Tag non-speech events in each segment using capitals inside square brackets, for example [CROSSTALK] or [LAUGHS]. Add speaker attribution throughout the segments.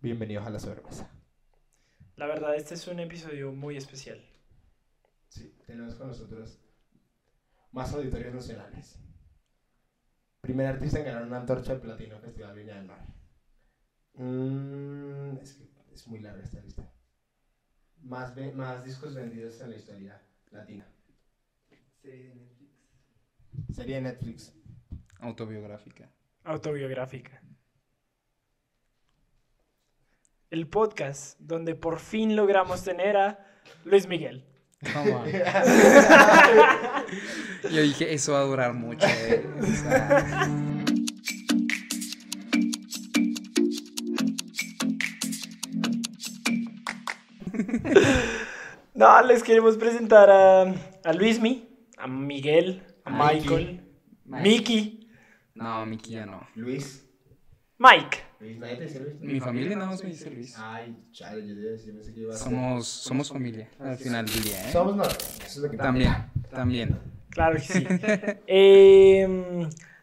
Speaker 1: Bienvenidos a la sobremesa.
Speaker 2: La verdad, este es un episodio muy especial.
Speaker 1: Sí, tenemos con nosotros más auditorios nacionales. Primer artista en ganar una antorcha de platino Festival Viña del Mar. Mm, es que es muy larga esta lista. Más, ve- más discos vendidos en la historia latina.
Speaker 3: Serie de Netflix.
Speaker 1: Serie de Netflix.
Speaker 4: Autobiográfica.
Speaker 2: Autobiográfica. El podcast donde por fin logramos tener a Luis Miguel.
Speaker 4: [LAUGHS] Yo dije, eso va a durar mucho. eh". O sea,
Speaker 2: No, les queremos presentar a, a Luismi, a Miguel, a
Speaker 4: A
Speaker 2: Michael,
Speaker 4: Mike.
Speaker 2: Mickey,
Speaker 4: No, Miki ya no.
Speaker 1: Luis.
Speaker 2: Mike.
Speaker 1: Luis, nadie te dice Luis.
Speaker 4: Mi familia nada más me dice Luis.
Speaker 1: Ay, chale, yo, te iba a decir, yo pensé que iba a ser-
Speaker 4: Somos, somos familia al final del día, ¿eh?
Speaker 1: Somos norteños, eso es lo que
Speaker 4: También, también.
Speaker 2: Claro
Speaker 1: [LAUGHS]
Speaker 2: que sí. Eh,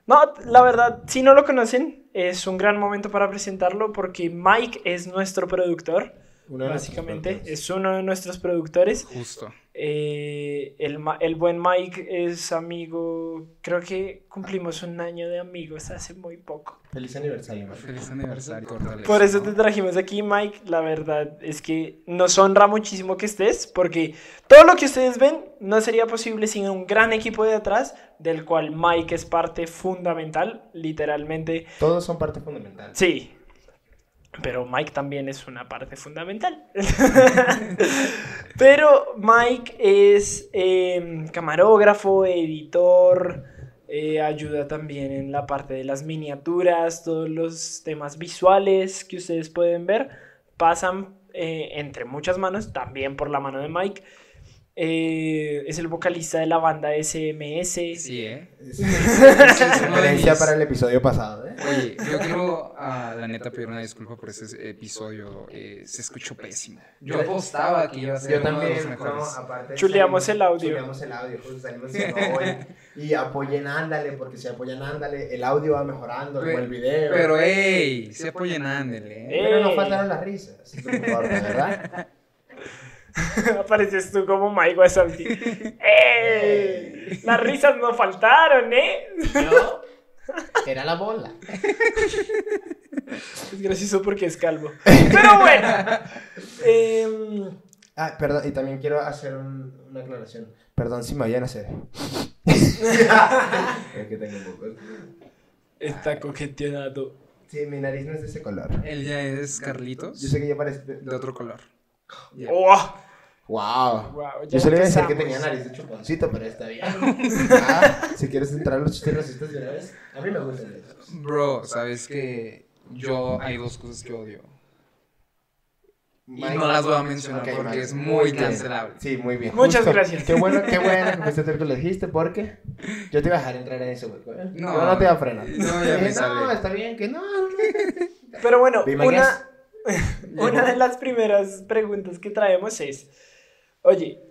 Speaker 2: no, la verdad, si no lo conocen, es un gran momento para presentarlo porque Mike es nuestro productor,
Speaker 1: Uno de nuestros
Speaker 2: básicamente.
Speaker 1: norteños.
Speaker 2: Es uno de nuestros productores.
Speaker 4: Justo.
Speaker 2: Eh, el, ma- el buen Mike es amigo, creo que cumplimos un año de amigos hace muy poco.
Speaker 1: Feliz aniversario, Mike.
Speaker 4: Feliz aniversario. córtale
Speaker 2: Por eso te
Speaker 4: Pues ¿no?
Speaker 2: trajimos aquí, Mike. La verdad es que nos honra muchísimo que estés, porque todo lo que ustedes ven no sería posible sin un gran equipo de atrás, del cual Mike es parte fundamental, literalmente.
Speaker 1: Todos son parte fundamental. [LAUGHS]
Speaker 2: Sí, pero Mike también es una parte fundamental. pero Mike es eh, camarógrafo, editor, eh, ayuda también en la parte de las miniaturas, todos los temas visuales que ustedes pueden ver pasan eh, entre muchas manos, también por la mano de Mike. Eh, es el vocalista de la banda SMS.
Speaker 4: Sí, ¿eh?
Speaker 1: Es [LAUGHS]
Speaker 4: Es uno de
Speaker 1: referencia
Speaker 4: mis-
Speaker 1: para el episodio pasado, ¿eh?
Speaker 4: Oye, yo quiero, ah, la neta, pedir una disculpa por ese episodio. eh, se escuchó pésimo. Yo apostaba que iba a ser
Speaker 1: Yo
Speaker 4: uno de
Speaker 1: también,
Speaker 4: los mejores.
Speaker 1: no, aparte
Speaker 2: Chuleamos
Speaker 1: salimos-
Speaker 2: el audio.
Speaker 1: Chuleamos el audio, justo salimos diciendo, "Oye, y apoyen Ándale, porque si apoyan Ándale, el audio va mejorando, como el video.
Speaker 4: Pero, ey, se apoyen, ándele. ¿eh?
Speaker 1: Pero no
Speaker 2: ¡Ey!
Speaker 1: faltaron las risas, eso es lo que [LAUGHS] importa, ¿verdad?
Speaker 2: [LAUGHS] Apareces tú como Mike Wazowski. ¡Eh! Las risas no faltaron, ¿eh?
Speaker 1: Yo era la bola.
Speaker 2: Es gracioso porque es calvo. Pero bueno. Em,
Speaker 1: Ah, perdón, y también quiero hacer un- una aclaración. Perdón si me vayan a
Speaker 2: [LAUGHS]
Speaker 1: hacer. es que tengo un poco.
Speaker 2: está coqueteado.
Speaker 1: Sí, mi nariz no es de ese color.
Speaker 4: Él ya es
Speaker 1: Yo
Speaker 4: Carlitos,
Speaker 1: sé que yo parezco.
Speaker 4: de otro color. Ya.
Speaker 2: Oh,
Speaker 1: ¡Wow!
Speaker 2: wow, ya
Speaker 1: Yo solo iba a decir
Speaker 2: empezamos.
Speaker 1: que tenía nariz de chuponcito, pero está [LAUGHS] bien. Ah, si quieres entrar a los chistes racistas de una vez, a mí me gustan esos.
Speaker 4: Bro, sabes que yo hay dos cosas que odio. Y no las voy a mencionar
Speaker 1: Ok,
Speaker 4: porque
Speaker 1: Mike.
Speaker 4: es muy
Speaker 1: Ok.
Speaker 4: cancelable.
Speaker 1: Sí, muy bien.
Speaker 2: Muchas gracias.
Speaker 1: Qué bueno, qué bueno que
Speaker 2: [LAUGHS]
Speaker 1: fuiste tú el que lo dijiste porque yo te iba a dejar entrar en ese hueco. ¿eh?
Speaker 4: No.
Speaker 1: yo no te iba a frenar.
Speaker 4: No, ya
Speaker 1: Dije,
Speaker 4: me sale.
Speaker 1: "No, está bien, que no. no".
Speaker 2: Pero bueno,
Speaker 1: Be my
Speaker 2: una,
Speaker 1: [LAUGHS]
Speaker 2: una de las primeras preguntas que traemos es: Oye,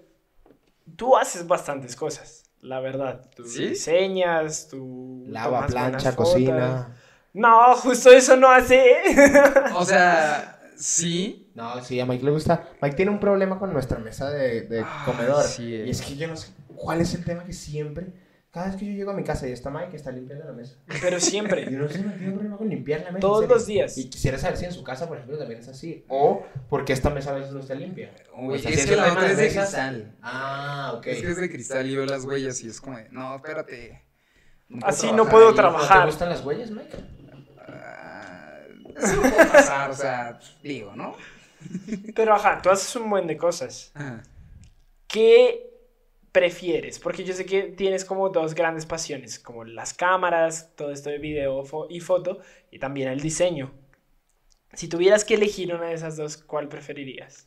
Speaker 2: tú haces bastantes cosas, la verdad. Tú
Speaker 4: ¿Sí?
Speaker 2: diseñas, tú.
Speaker 1: Lava,
Speaker 2: tomas buenas
Speaker 1: plancha,
Speaker 2: fotos.
Speaker 1: cocina.
Speaker 2: No, justo eso no hace. [LAUGHS]
Speaker 4: O sea, sí.
Speaker 1: No, sí, a Mike le gusta. Mike tiene un problema con nuestra mesa de, de
Speaker 4: Ah,
Speaker 1: comedor.
Speaker 4: sí, eh.
Speaker 1: y es que yo no sé cuál es el tema que siempre. Cada vez que yo llego a mi casa y está Mike, está limpiando la mesa.
Speaker 2: Pero
Speaker 1: Yo [LAUGHS]
Speaker 2: siempre.
Speaker 1: no sé, no tiene problema con limpiar la mesa.
Speaker 2: Todos
Speaker 1: en serio.
Speaker 2: los días.
Speaker 1: Y quisiera saber si en su casa, por ejemplo, también es así. O porque esta mesa a veces no está limpia.
Speaker 4: Uy,
Speaker 1: O sea, si
Speaker 4: es que la
Speaker 1: tema
Speaker 4: otra es de
Speaker 1: mesas-
Speaker 4: cristal.
Speaker 1: Ah, ok.
Speaker 4: Es que es de cristal y veo las huellas y es como, de, no, espérate. puedo
Speaker 2: Así no
Speaker 4: trabajar
Speaker 2: puedo
Speaker 4: ahí".
Speaker 2: trabajar.
Speaker 1: ¿Te gustan las huellas, Mike?
Speaker 4: Ah, eso no puede pasar, o sea, digo, ¿no?
Speaker 2: Pero ajá, tú haces un buen de cosas.
Speaker 4: Ajá.
Speaker 2: ¿Qué prefieres? Porque yo sé que tienes como dos grandes pasiones, como las cámaras, todo esto de video fo- y foto, y también el diseño. Si tuvieras que elegir una de esas dos, ¿cuál preferirías?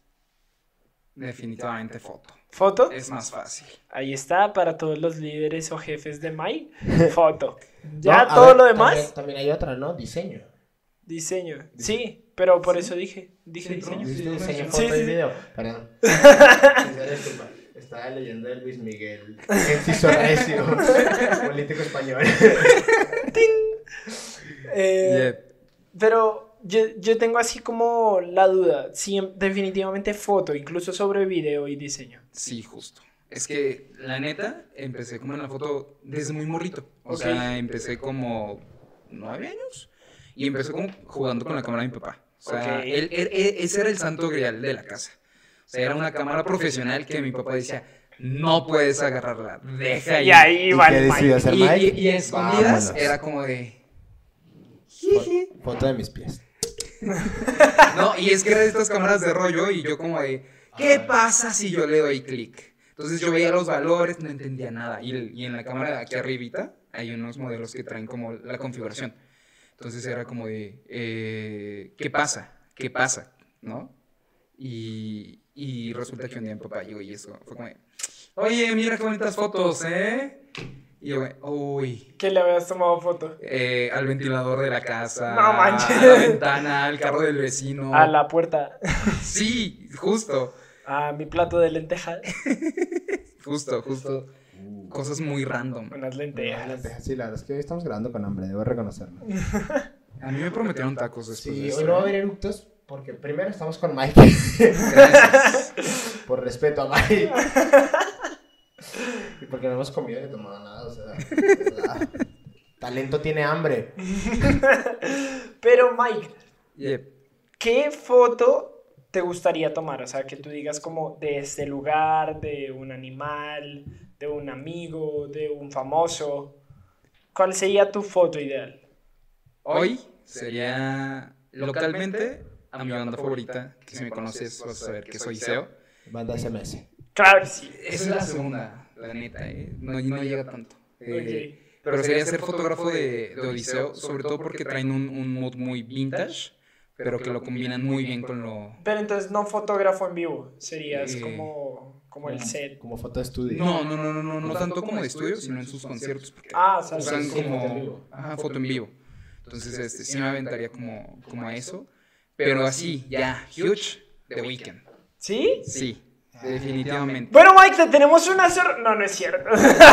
Speaker 4: Definitivamente foto.
Speaker 2: ¿Foto?
Speaker 4: Es más fácil.
Speaker 2: Ahí está, para todos los líderes o jefes de Mai, foto. Ya
Speaker 1: No, a
Speaker 2: todo
Speaker 1: ver,
Speaker 2: lo
Speaker 1: también-
Speaker 2: demás,
Speaker 1: También, hay otra, ¿no? Diseño.
Speaker 2: diseño. Sí, pero por eso dije, dije
Speaker 4: Sí,
Speaker 2: diseño.
Speaker 4: ¿no?
Speaker 1: Dijiste diseño,
Speaker 4: Sí,
Speaker 1: foto
Speaker 2: sí,
Speaker 1: y
Speaker 2: sí.
Speaker 1: video. [LAUGHS] Perdón. Disculpa. Estaba leyendo de Luis Miguel. Enciso [LAUGHS] Recio, político español.
Speaker 2: Eh, Pero yo, yo tengo así como la duda, si en- definitivamente foto, incluso sobre video y diseño.
Speaker 4: Sí, justo. Es que, la neta, empecé como en la foto desde muy morrito. O
Speaker 2: Ok.
Speaker 4: sea, empecé como nueve años y empecé como jugando con la cámara de mi papá. O sea,
Speaker 2: Ok.
Speaker 4: él- él- él- ese era el santo grial de la casa. O sea, era una cámara profesional que mi papá decía, no puedes agarrarla, deja
Speaker 2: Y ahí va
Speaker 1: qué
Speaker 2: el
Speaker 1: decidió
Speaker 2: Mike.
Speaker 1: hacer
Speaker 4: Y, y,
Speaker 1: Mike?
Speaker 4: y a escondidas
Speaker 1: Vámonos.
Speaker 4: era como de...
Speaker 1: Fo- Foto de mis pies.
Speaker 4: [LAUGHS] No, y es que eran estas cámaras de rollo y yo como de, ¿qué
Speaker 1: Ah.
Speaker 4: pasa si yo le doy clic? Entonces yo veía los valores, no entendía nada. Y, el- y en la cámara de aquí arribita hay unos modelos que traen como la configuración. Entonces era como de, eh, ¿qué pasa? ¿Qué pasa? ¿No? Y, y resulta que un día mi papá llegó y eso fue como, de, oye, mira qué bonitas fotos, ¿eh? Y yo, uy,
Speaker 2: Que le habías tomado foto.
Speaker 4: eh, al ventilador de la casa,
Speaker 2: No manches.
Speaker 4: a la ventana, al carro del vecino.
Speaker 2: A la puerta.
Speaker 4: Sí, justo,
Speaker 2: A mi plato de lentejas. [LAUGHS]
Speaker 4: justo, justo. Cosas muy random.
Speaker 2: Unas lentejas.
Speaker 1: Uh, Sí, la verdad es que hoy estamos grabando con hambre, debo reconocerlo. pues,
Speaker 4: A mí me prometieron tacos después de
Speaker 1: Sí,
Speaker 4: esto,
Speaker 1: hoy no va a
Speaker 4: ¿eh?
Speaker 1: haber eructos porque primero estamos con Mike. [LAUGHS]
Speaker 4: Gracias.
Speaker 1: Por respeto a Mike. y porque no hemos comido ni tomado nada, o [LAUGHS] sea. ¿verdad? Talento tiene hambre.
Speaker 2: Pero Mike,
Speaker 4: Yep.
Speaker 2: ¿qué foto te gustaría tomar? O sea, que tú digas como de este lugar, de un animal, de un amigo, de un famoso. ¿Cuál sería tu foto ideal?
Speaker 4: Hoy sería localmente a mi banda favorita, que si me conoces vas a saber que soy SEO.
Speaker 1: Manda SMS.
Speaker 2: Claro que sí.
Speaker 4: Esa es la segunda, la neta, ¿eh? no, no llega tanto. Eh,
Speaker 2: Ok.
Speaker 4: Pero sería ser fotógrafo de, de Odiseo, sobre todo porque traen un, un mood muy vintage, pero que lo combinan muy bien con lo...
Speaker 2: Pero entonces no fotógrafo en vivo, serías
Speaker 4: Eh,
Speaker 2: como, como el
Speaker 1: Como-
Speaker 2: set.
Speaker 1: Como foto de estudio.
Speaker 4: No, no, no, no, no, no tanto como de estudio, sino en sus conciertos, porque
Speaker 2: Ah, o sea,
Speaker 1: Usan
Speaker 4: usan
Speaker 2: sí, sí.
Speaker 1: foto en vivo.
Speaker 4: como ajá, foto en vivo. Entonces, este, sí me aventaría como, como a eso, pero así, ya, huge, The Weeknd.
Speaker 2: ¿Sí?
Speaker 4: Sí, definitivamente.
Speaker 2: Bueno, Mike, te tenemos una sorpresa. No, no es cierto.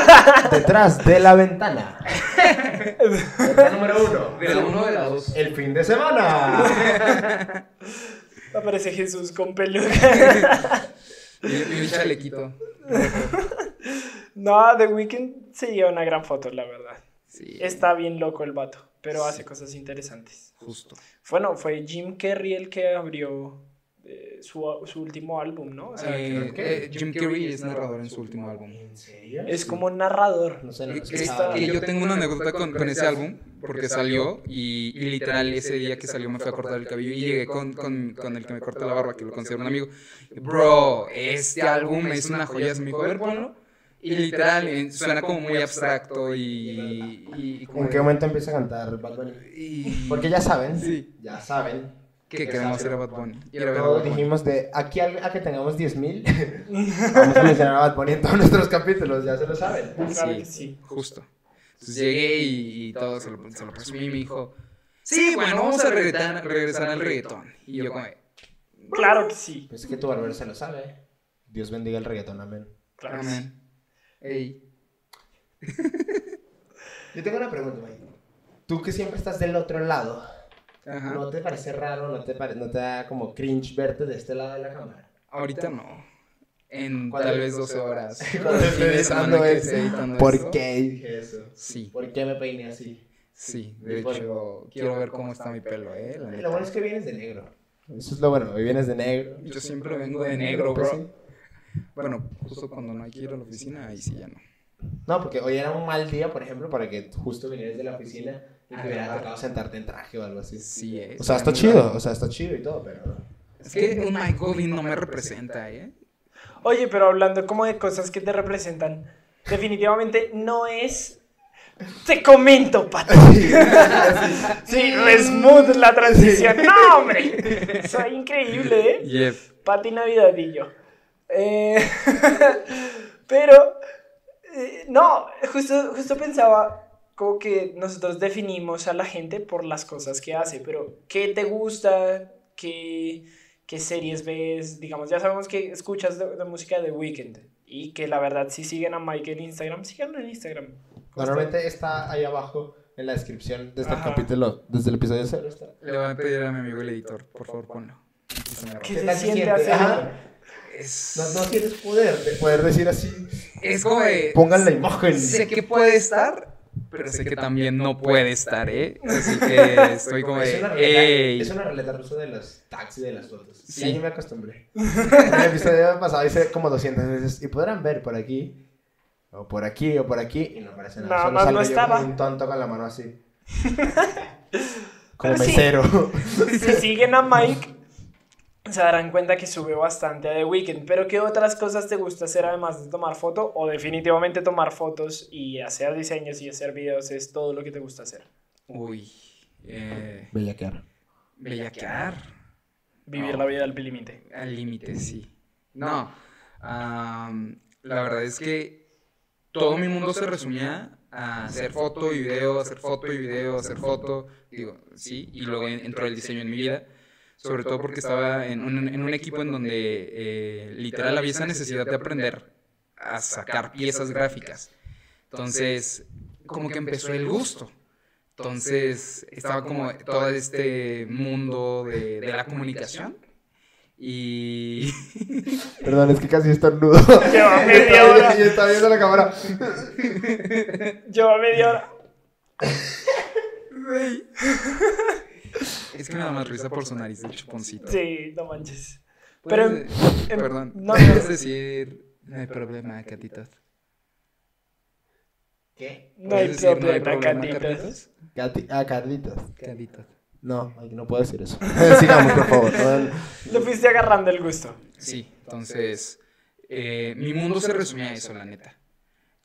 Speaker 2: [LAUGHS]
Speaker 1: Detrás de la ventana. Nota número uno.
Speaker 4: De la uno de las dos.
Speaker 1: El fin de semana.
Speaker 2: Aparece Jesús con peluca. [LAUGHS]
Speaker 4: Y y un chalequito.
Speaker 2: No, The Weeknd sería una gran foto, la verdad.
Speaker 4: Sí,
Speaker 2: Está bien loco el vato, pero hace cosas interesantes.
Speaker 4: justo.
Speaker 2: Bueno, fue Jim Carrey el que abrió eh, su, su último álbum, ¿no? O sea,
Speaker 4: Eh,
Speaker 1: creo que-
Speaker 4: eh, Jim Carrey es narrador en su último álbum.
Speaker 1: ¿En serio?
Speaker 2: es como un narrador.
Speaker 1: No sé, no lo he
Speaker 4: Que- que-
Speaker 1: escuchado.
Speaker 4: que yo tengo una anécdota con, con ese álbum, porque salió y, y literal ese día que salió me fui a cortar el cabello y llegué con, con, con el que me corta la barba, que lo considero un amigo. Bro, este álbum es una joya, es mi joder, ponlo. Y literal, eh, suena como muy abstracto y... y, y como
Speaker 1: ¿En qué
Speaker 4: de-
Speaker 1: momento empieza a cantar Bad Bunny?
Speaker 4: y-
Speaker 1: Porque ya saben,
Speaker 4: Sí.
Speaker 1: ya saben,
Speaker 4: que queremos ir a Bad Bunny. Ir a ver a
Speaker 1: todos
Speaker 4: Bad Bunny.
Speaker 1: dijimos de aquí al- a, que tengamos 10.000, vamos a mencionar a Bad Bunny en todos nuestros capítulos, ya se lo saben.
Speaker 2: Claro que sí.
Speaker 4: Justo. Entonces llegué y, y todo se lo, se lo presumí y me dijo, sí, bueno, vamos a regretar- regresar al reggaetón. Y yo como...
Speaker 2: Claro que sí.
Speaker 1: Pues que tu barbero se lo sabe. Dios bendiga el reggaetón, amén.
Speaker 2: Claro que sí.
Speaker 4: Amén. Ey.
Speaker 1: Yo tengo una pregunta, May. Tú que siempre estás del otro lado,
Speaker 4: Ajá.
Speaker 1: ¿no te parece raro, no te, pare- no te da como cringe verte de este lado de la cámara?
Speaker 4: Ahorita no. En
Speaker 1: ¿Cuál
Speaker 4: tal
Speaker 1: es?
Speaker 4: vez 12 horas.
Speaker 1: [LAUGHS] Cuando
Speaker 4: El fin de
Speaker 1: estés
Speaker 4: semana
Speaker 1: editando
Speaker 4: que
Speaker 1: esto.
Speaker 4: esté editando esto.
Speaker 1: ¿Por qué dije eso?
Speaker 4: Sí,
Speaker 1: ¿Por qué me peiné así?
Speaker 4: sí. De
Speaker 1: ¿Y por-
Speaker 4: hecho, quiero ver cómo está mi pelo, eh. la
Speaker 1: Lo
Speaker 4: neta.
Speaker 1: bueno es que vienes de negro. Eso es lo bueno, hoy vienes de negro.
Speaker 4: Yo siempre vengo de negro,
Speaker 1: Pues
Speaker 4: bro.
Speaker 1: sí.
Speaker 4: Bueno, justo cuando no hay que ir a la oficina, ahí sí ya no.
Speaker 1: No, porque hoy era un mal día, por ejemplo, para que justo vinieras de la oficina y te
Speaker 4: Ah,
Speaker 1: hubiera
Speaker 4: claro.
Speaker 1: tocado sentarte en traje o algo así.
Speaker 4: Sí, eh.
Speaker 1: O sea, está chido, o sea, está chido y todo, pero...
Speaker 4: Es que un Mike Godin no me representa, eh.
Speaker 2: Oye, pero hablando como de cosas que te representan, definitivamente no es. Te comento, pato. [LAUGHS] Sí, no es smooth la transición. No, hombre. Soy increíble, ¿eh?
Speaker 4: Yep.
Speaker 2: Pati Navidad y yo. Eh, [LAUGHS] pero, eh, no, justo, justo pensaba como que nosotros definimos a la gente por las cosas que hace, pero ¿qué te gusta? ¿Qué, qué series ves? Digamos, ya sabemos que escuchas de, de música de Weekend y que la verdad, si siguen a Mike en Instagram, síganlo en Instagram.
Speaker 1: Normalmente está ahí abajo en la descripción de este
Speaker 2: Ajá.
Speaker 1: capítulo, desde el episodio 0.
Speaker 4: Le voy a pedir a mi amigo el editor, por favor, ponlo. Aquí se me
Speaker 2: ¿Qué
Speaker 4: rompe.
Speaker 2: se siente hacer?
Speaker 1: Ajá.
Speaker 4: Es,
Speaker 1: No, no tienes poder de poder decir así.
Speaker 4: es como de.
Speaker 1: Pongan la imagen.
Speaker 4: Sé que puede estar, pero sé que también no puede estar, ¿eh? Así que estoy como
Speaker 1: Es una
Speaker 4: de.
Speaker 1: ruleta,
Speaker 4: Eh, ¡Ey!
Speaker 1: es una ruleta rusa de los tags y de las fotos.
Speaker 4: Sí.
Speaker 1: Sí. Y yo me acostumbré. En el episodio pasado hice como 200 veces. Y podrán ver por aquí, o por aquí, o por aquí. Y no aparece nada. Solo
Speaker 2: Nada más
Speaker 1: salgo
Speaker 2: no
Speaker 1: yo
Speaker 2: estaba.
Speaker 1: como un tonto con la mano así. como
Speaker 2: Pero sí.
Speaker 1: mesero.
Speaker 2: Si siguen a Mike, se darán cuenta que sube bastante a The Weeknd. Pero ¿qué otras cosas te gusta hacer además de tomar foto? O definitivamente tomar fotos y hacer diseños y hacer videos es todo lo que te gusta hacer.
Speaker 4: Uy. Eh,
Speaker 1: Bellaquear.
Speaker 4: bellaquear.
Speaker 2: Vivir
Speaker 4: No.
Speaker 2: la vida al límite.
Speaker 4: Al límite, sí. No. am, la verdad es que todo mi mundo se resumía a hacer foto y video, hacer foto y video, hacer foto. Digo, sí. Y luego en- entró el diseño en mi vida. Sobre todo porque estaba en un, en un equipo en donde eh, literal había esa necesidad de aprender a sacar piezas gráficas. Entonces, como que empezó el gusto. Entonces, estaba como todo este mundo de, de la comunicación. Y [LAUGHS]
Speaker 1: Perdón, es que casi estornudo.
Speaker 2: Lleva media
Speaker 1: Yo-
Speaker 2: hora.
Speaker 1: Yo estaba viendo la cámara.
Speaker 2: Lleva media hora.
Speaker 4: es que me da más risa por su nariz de chuponcito.
Speaker 2: Sí, no manches.
Speaker 4: Puedes
Speaker 2: pero-
Speaker 4: de-
Speaker 2: em,
Speaker 4: perdón.
Speaker 2: no, no.
Speaker 4: Puedes decir, no hay problema, catitas.
Speaker 1: ¿Qué?
Speaker 2: No hay
Speaker 4: Puedes decir, "No hay
Speaker 2: problema,
Speaker 4: problema,
Speaker 2: Catitas".
Speaker 4: Carlitos.
Speaker 1: Cati- ah, Carlitos.
Speaker 4: Carlitos.
Speaker 1: No, ay, no puedo decir eso. [LAUGHS] Sigamos, por favor. No,
Speaker 2: Le fuiste agarrando el gusto.
Speaker 4: Sí, entonces, eh, mi mundo se resumía a eso, la neta.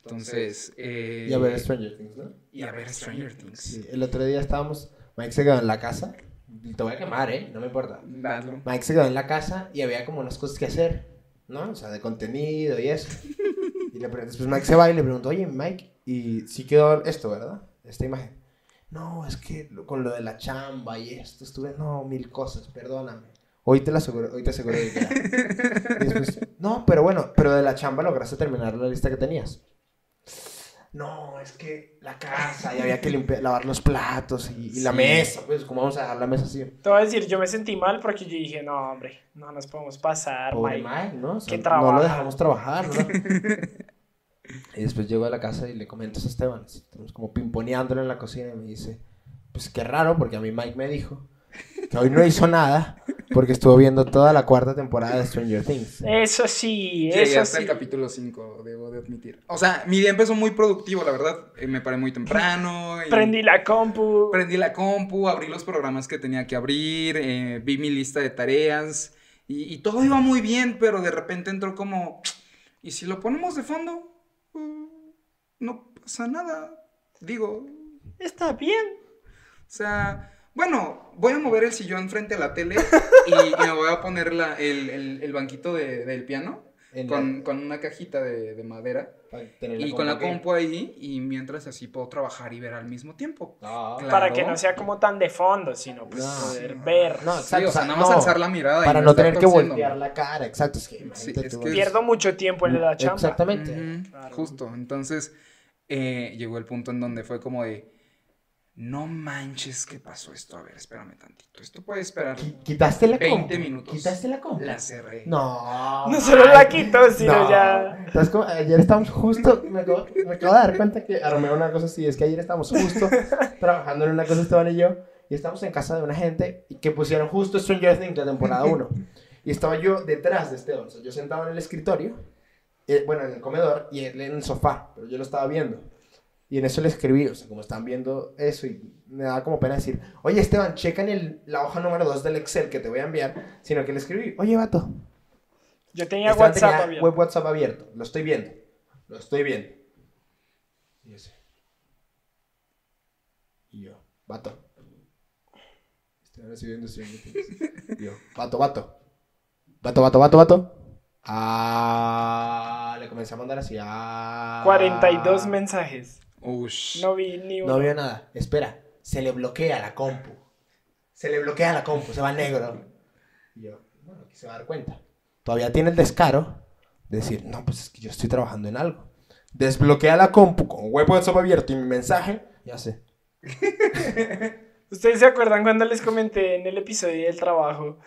Speaker 4: Entonces, eh,
Speaker 1: Y a ver, Stranger Things, ¿no?
Speaker 4: y a ver Stranger Things.
Speaker 1: Sí, el otro día estábamos, Mike se quedó en la casa, te voy a quemar, ¿eh? No me importa.
Speaker 4: Dadlo.
Speaker 1: Mike se quedó en la casa y había como unas cosas que hacer, ¿no? O sea, de contenido y eso. Y le pre- después Mike se va y le preguntó, oye, Mike, y sí quedó esto, ¿verdad? Esta imagen. No, es que lo- con lo de la chamba y esto, estuve, no, mil cosas, perdóname. Hoy te, la aseguro, hoy te aseguro que era. Y después, no, pero bueno, pero de la chamba lograste terminar la lista que tenías. No, es que la casa y había que limpiar, lavar los platos y, y la
Speaker 4: Sí.
Speaker 1: mesa, pues, ¿cómo vamos a dejar la mesa así?
Speaker 2: Te voy a decir, yo me sentí mal porque yo dije, no, hombre, no nos podemos pasar,
Speaker 1: Pobre
Speaker 2: Mike.
Speaker 1: Mike, ¿no? O sea,
Speaker 2: que
Speaker 1: no
Speaker 2: trabaja.
Speaker 1: lo dejamos trabajar, ¿no? [LAUGHS] y después llego a la casa y le comento eso a Esteban. Estamos como pimponeándolo en la cocina y me dice, pues qué raro porque a mí Mike me dijo que hoy no hizo nada porque estuvo viendo toda la cuarta temporada de Stranger Things.
Speaker 2: Eso sí,
Speaker 4: Llegué
Speaker 2: eso
Speaker 4: hasta
Speaker 2: sí.
Speaker 4: el capítulo 5, debo de admitir. O sea, mi día empezó muy productivo, la verdad. Eh, Me paré muy temprano. y-
Speaker 2: Prendí la compu.
Speaker 4: prendí la compu, abrí los programas que tenía que abrir, eh, vi mi lista de tareas y, y todo iba muy bien, pero de repente entró como, ¿y si lo ponemos de fondo? Mm, No pasa nada, digo,
Speaker 2: Está bien.
Speaker 4: o sea, bueno, voy a mover el sillón frente a la tele y,
Speaker 1: [LAUGHS]
Speaker 4: y me voy a poner la- el, el- el banquito de- del piano
Speaker 1: En la-
Speaker 4: con, con una cajita de- de madera
Speaker 1: para tener
Speaker 4: y con la
Speaker 1: compu aquí.
Speaker 4: compu ahí y mientras así puedo trabajar y ver al mismo tiempo.
Speaker 1: No,
Speaker 4: Claro.
Speaker 2: Para que no sea como tan de fondo, sino pues
Speaker 1: No.
Speaker 2: poder ver.
Speaker 1: no,
Speaker 4: Sí,
Speaker 1: exacto.
Speaker 4: o sea, nada más
Speaker 1: Ah, no,
Speaker 4: alzar la mirada. y
Speaker 1: para no
Speaker 4: estar
Speaker 1: tener que
Speaker 4: torciendo.
Speaker 1: voltear la cara, exacto. Es que, imagínate
Speaker 4: es
Speaker 1: tú-
Speaker 4: que-
Speaker 2: Pierdo mucho tiempo en la chamba.
Speaker 1: Exactamente.
Speaker 4: Ujú,
Speaker 2: Claro.
Speaker 4: Justo. Entonces, eh, llegó el punto en donde fue como de. No manches, ¿qué pasó esto? A ver, espérame tantito. Esto puede esperar.
Speaker 1: Qui- Quitaste la
Speaker 4: 20
Speaker 1: compu,
Speaker 4: minutos.
Speaker 1: Quitaste la compu.
Speaker 4: La cerré.
Speaker 1: No.
Speaker 2: [LAUGHS] No solo la quito, sino Pues ya.
Speaker 1: Estás como- ayer estábamos justo, me acabo, me acabo de dar cuenta que armé una cosa así, es que ayer estábamos justo trabajando en una cosa Esteban y yo, y estábamos en casa de una gente y que pusieron justo Stranger Things, la temporada 1. Y estaba yo detrás de Esteban, o sea, yo sentado en el escritorio, eh, bueno, en el comedor y él en el sofá, pero yo lo estaba viendo. Y en eso le escribí, o sea, como están viendo eso y me da como pena decir, oye Esteban, checa en el- la hoja número 2 del Excel que te voy a enviar, sino que le escribí, oye vato,
Speaker 2: Yo tenía
Speaker 1: Esteban
Speaker 2: WhatsApp
Speaker 1: Este tenía
Speaker 2: abierto.
Speaker 1: web WhatsApp abierto. Lo estoy viendo. Lo estoy viendo. Y yo, así. y yo vato. Esteban así viendo Stranger Things. Y yo, vato, vato. Vato, vato, vato, vato. Ah, le comencé a mandar así. Ah,
Speaker 2: 42 mensajes.
Speaker 4: Ush.
Speaker 2: No vi ni uno.
Speaker 1: No vio nada. Espera, se le bloquea la compu. Se le bloquea la compu, se va al negro. Y yo, bueno, aquí se va a dar cuenta. Todavía tiene el descaro de decir, no, pues es que yo estoy trabajando en algo. Desbloquea la compu con web WhatsApp abierto y mi mensaje, ya sé.
Speaker 2: ¿Ustedes se acuerdan cuando les comenté en el episodio del trabajo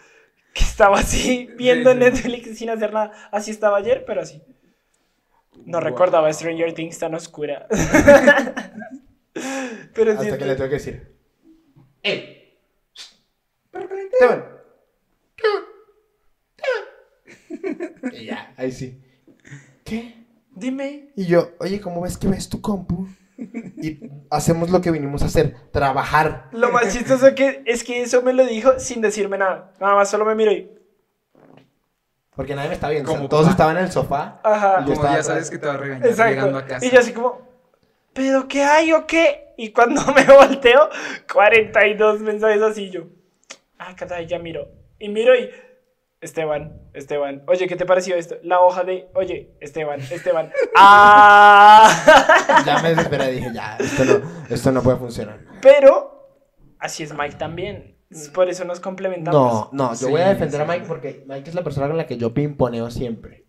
Speaker 2: que estaba así viendo
Speaker 4: Sí, sí.
Speaker 2: Netflix sin hacer nada? Así estaba ayer, pero así. No
Speaker 4: Wow.
Speaker 2: recordaba Stranger Things tan
Speaker 1: [LAUGHS]
Speaker 2: oscura. pero
Speaker 1: Hasta que
Speaker 2: siento-
Speaker 1: le tengo que decir.
Speaker 4: ¡Ey!
Speaker 1: Esteban. Esteban. [LAUGHS] Y ya, ahí sí. ¿Qué?
Speaker 2: Dime.
Speaker 1: Y yo, oye, ¿cómo ves que ves tu compu? Y hacemos lo que vinimos a hacer, trabajar.
Speaker 2: Lo más chistoso que es que eso me lo dijo sin decirme nada. Nada más solo me miró y.
Speaker 1: Porque nadie me está viendo. o sea,
Speaker 4: Como
Speaker 1: todos
Speaker 4: papá.
Speaker 1: estaban en el [LAUGHS] sofá.
Speaker 2: Ajá.
Speaker 1: Yo
Speaker 4: Como
Speaker 1: estaba
Speaker 4: ya
Speaker 1: atrás.
Speaker 4: sabes que te va a regañar llegando
Speaker 2: Exacto.
Speaker 4: a casa.
Speaker 2: Y yo así como, ¿pero qué hay o qué? Y cuando [LAUGHS] me volteo, 42 mensajes así yo. Ah, caray, ya miro. Y miro y. Esteban, Esteban, oye, ¿qué te pareció esto? La hoja de, oye, Esteban,
Speaker 4: [LAUGHS]
Speaker 2: Esteban. ¡Ah! [LAUGHS]
Speaker 1: Ya me desesperé, dije, ya, esto no, esto no puede funcionar.
Speaker 2: Pero, así es Mike también. Es Por eso nos
Speaker 1: No,
Speaker 2: complementamos.
Speaker 1: no, yo
Speaker 4: Sí,
Speaker 1: voy a defender a
Speaker 4: sí.
Speaker 1: Mike porque Mike es la persona con la que yo pimponeo siempre.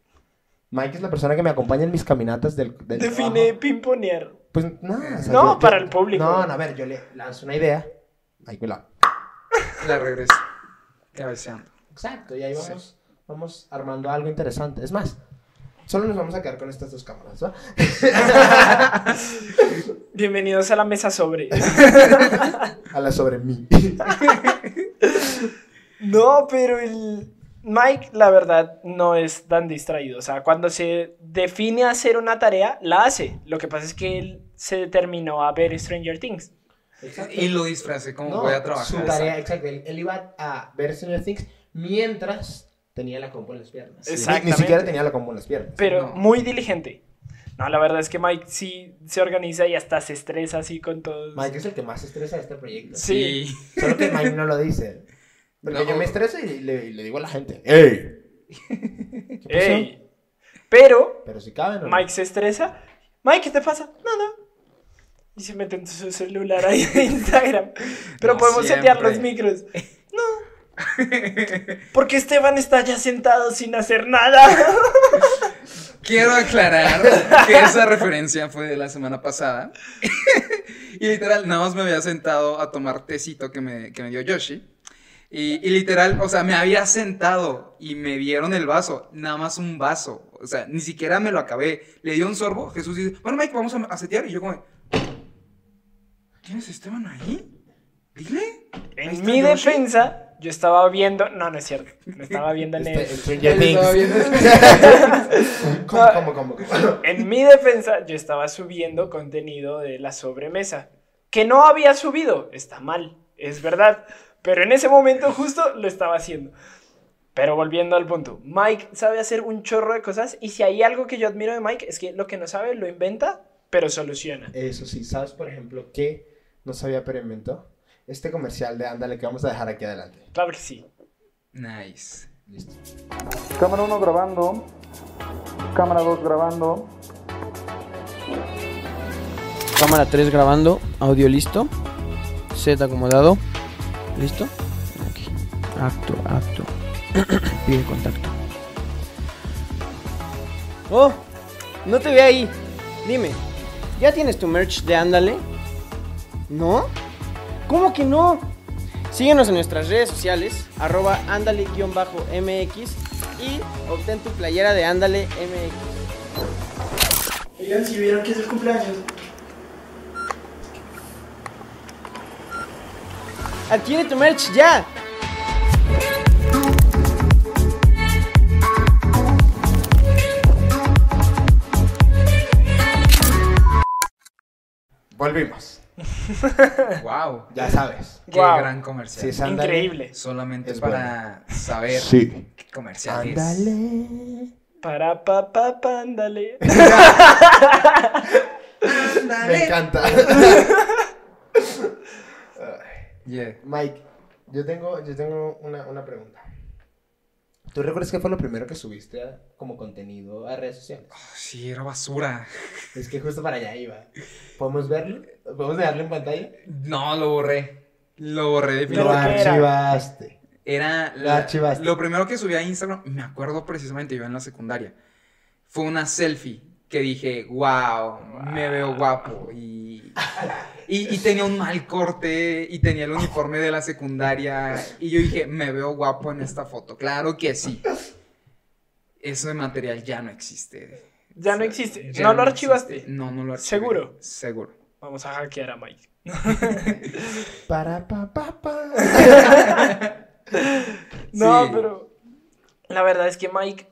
Speaker 1: Mike es la persona que me acompaña en mis caminatas del, del
Speaker 2: Define
Speaker 1: trabajo.
Speaker 2: pimponear.
Speaker 1: Pues no, o sea,
Speaker 2: No, para el público.
Speaker 1: No, no, a ver, yo le lanzo una idea. Mike me la...
Speaker 4: La regreso. Cabeceando.
Speaker 1: Exacto, y ahí vamos, vamos armando algo interesante. Es más, solo nos vamos a quedar con estas dos cámaras, ¿va? [LAUGHS]
Speaker 2: Bienvenidos a la mesa
Speaker 4: [LAUGHS]
Speaker 2: sobre.
Speaker 1: A la sobre mí.
Speaker 2: No, pero el Mike, la verdad, no es tan distraído. O sea, cuando se define a hacer una tarea, la hace. Lo que pasa es que él se determinó a ver Stranger Things.
Speaker 4: Y lo disfracé como
Speaker 1: No,
Speaker 4: voy a trabajar.
Speaker 1: Su tarea, exacto. Él, él iba a ver Stranger Things mientras tenía la compu en las piernas.
Speaker 4: Sí.
Speaker 1: Ni- Ni,
Speaker 2: Exactamente.
Speaker 1: siquiera tenía la compu en las piernas.
Speaker 2: Pero
Speaker 4: No.
Speaker 2: muy diligente. No, la verdad es que Mike sí se organiza y hasta se estresa así con todos.
Speaker 1: Mike es el que más se estresa de este proyecto.
Speaker 2: Sí.
Speaker 4: Sí.
Speaker 1: Solo que Mike no lo dice. Porque
Speaker 4: No.
Speaker 1: yo me estreso y le, y le digo a la gente, ¡Ey! ¿Qué pasó?
Speaker 2: [LAUGHS] Ey. Pero
Speaker 1: Pero si caben o no.
Speaker 2: Mike se estresa. Mike, ¿qué te pasa? Nada. Y se mete en su celular ahí de
Speaker 4: [LAUGHS]
Speaker 2: Instagram. Pero
Speaker 4: No
Speaker 2: podemos setear los
Speaker 4: siempre. [LAUGHS]
Speaker 2: micros. Porque Esteban está ya sentado sin hacer nada.
Speaker 4: Quiero aclarar que esa referencia fue de la semana pasada. [LAUGHS] y literal, nada más me había sentado a tomar tecito que me, que me dio Yoshi. Y, y literal, o sea, me había sentado y me dieron el vaso, nada más un vaso. O sea, ni siquiera me lo acabé. Le di un sorbo, Jesús dice, bueno, Mike, vamos a, a setear. Y yo como, ¿tienes a Esteban ahí? Dile. Ahí
Speaker 2: En
Speaker 4: está
Speaker 2: mi
Speaker 4: Yoshi.
Speaker 2: defensa, yo estaba viendo. No, no es cierto. No estaba viendo en
Speaker 1: Este,
Speaker 2: el.
Speaker 1: Stranger
Speaker 4: Él estaba
Speaker 1: Things. ¿Cómo, [LAUGHS]
Speaker 2: No.
Speaker 1: cómo, cómo, cómo?
Speaker 2: En mi defensa, yo estaba subiendo contenido de la sobremesa. Que no había subido. Está mal, es verdad. Pero en ese momento justo lo estaba haciendo. Pero volviendo al punto, Mike sabe hacer un chorro de cosas y si hay algo que yo admiro de Mike es que lo que no sabe lo inventa, pero soluciona.
Speaker 1: Eso sí, ¿sabes, por ejemplo, qué no sabía pero inventó? Este comercial de Ándale que vamos a dejar aquí adelante.
Speaker 2: Claro que sí.
Speaker 4: Nice.
Speaker 1: Listo.
Speaker 5: Cámara 1 grabando. Cámara 2 grabando.
Speaker 6: Cámara 3 grabando, audio listo, set acomodado, listo. Ok, Acto, acto. [CLEARS THROAT] Pide contacto. Oh, no te ve ahí. Dime, ¿ya tienes tu merch de Ándale? ¿No? ¿Cómo que no? Síguenos en nuestras redes sociales, arroba ándale-mx y obtén tu playera de Ándale MX.
Speaker 7: Oigan, si vieron que es el cumpleaños.
Speaker 6: Adquiere tu merch ya.
Speaker 1: Volvimos.
Speaker 4: Wow.
Speaker 1: Ya sabes.
Speaker 4: Qué
Speaker 2: Guau.
Speaker 4: gran comercial.
Speaker 1: Sí, es Ándale.
Speaker 2: Increíble.
Speaker 4: Solamente
Speaker 1: Es
Speaker 4: para saber
Speaker 1: Sí.
Speaker 4: qué comerciales.
Speaker 1: Ándale.
Speaker 2: Para pa pa pa, ándale.
Speaker 1: Me encanta.
Speaker 4: Yeah.
Speaker 1: Mike, yo tengo, yo tengo una, una pregunta. ¿Tú recuerdas qué fue lo primero que subiste a- como contenido a redes sociales?
Speaker 4: Sí, era basura.
Speaker 1: Es que justo para allá iba. ¿Podemos verlo? ¿Podemos dejarlo en pantalla?
Speaker 4: No, lo borré. Lo borré
Speaker 2: Pero
Speaker 1: Lo
Speaker 2: ¿qué
Speaker 4: definitivamente.
Speaker 2: era?
Speaker 1: archivaste.
Speaker 4: Era
Speaker 1: Lo
Speaker 4: la-
Speaker 1: archivaste.
Speaker 4: lo primero que subí a Instagram, me acuerdo precisamente, yo en la secundaria. Fue una selfie que dije, wow, me veo guapo. Y, Y, y tenía un mal corte, y tenía el uniforme de la secundaria. Y yo dije, me veo guapo en esta foto. Claro que sí. Eso de material ya no existe.
Speaker 2: Ya no existe. ¿No lo archivaste?
Speaker 4: existe. No, no lo archivé.
Speaker 2: ¿Seguro?
Speaker 4: Seguro.
Speaker 2: Vamos a hackear a Mike.
Speaker 1: Para pa pa pa.
Speaker 2: No,
Speaker 4: Sí.
Speaker 2: pero la verdad es que Mike,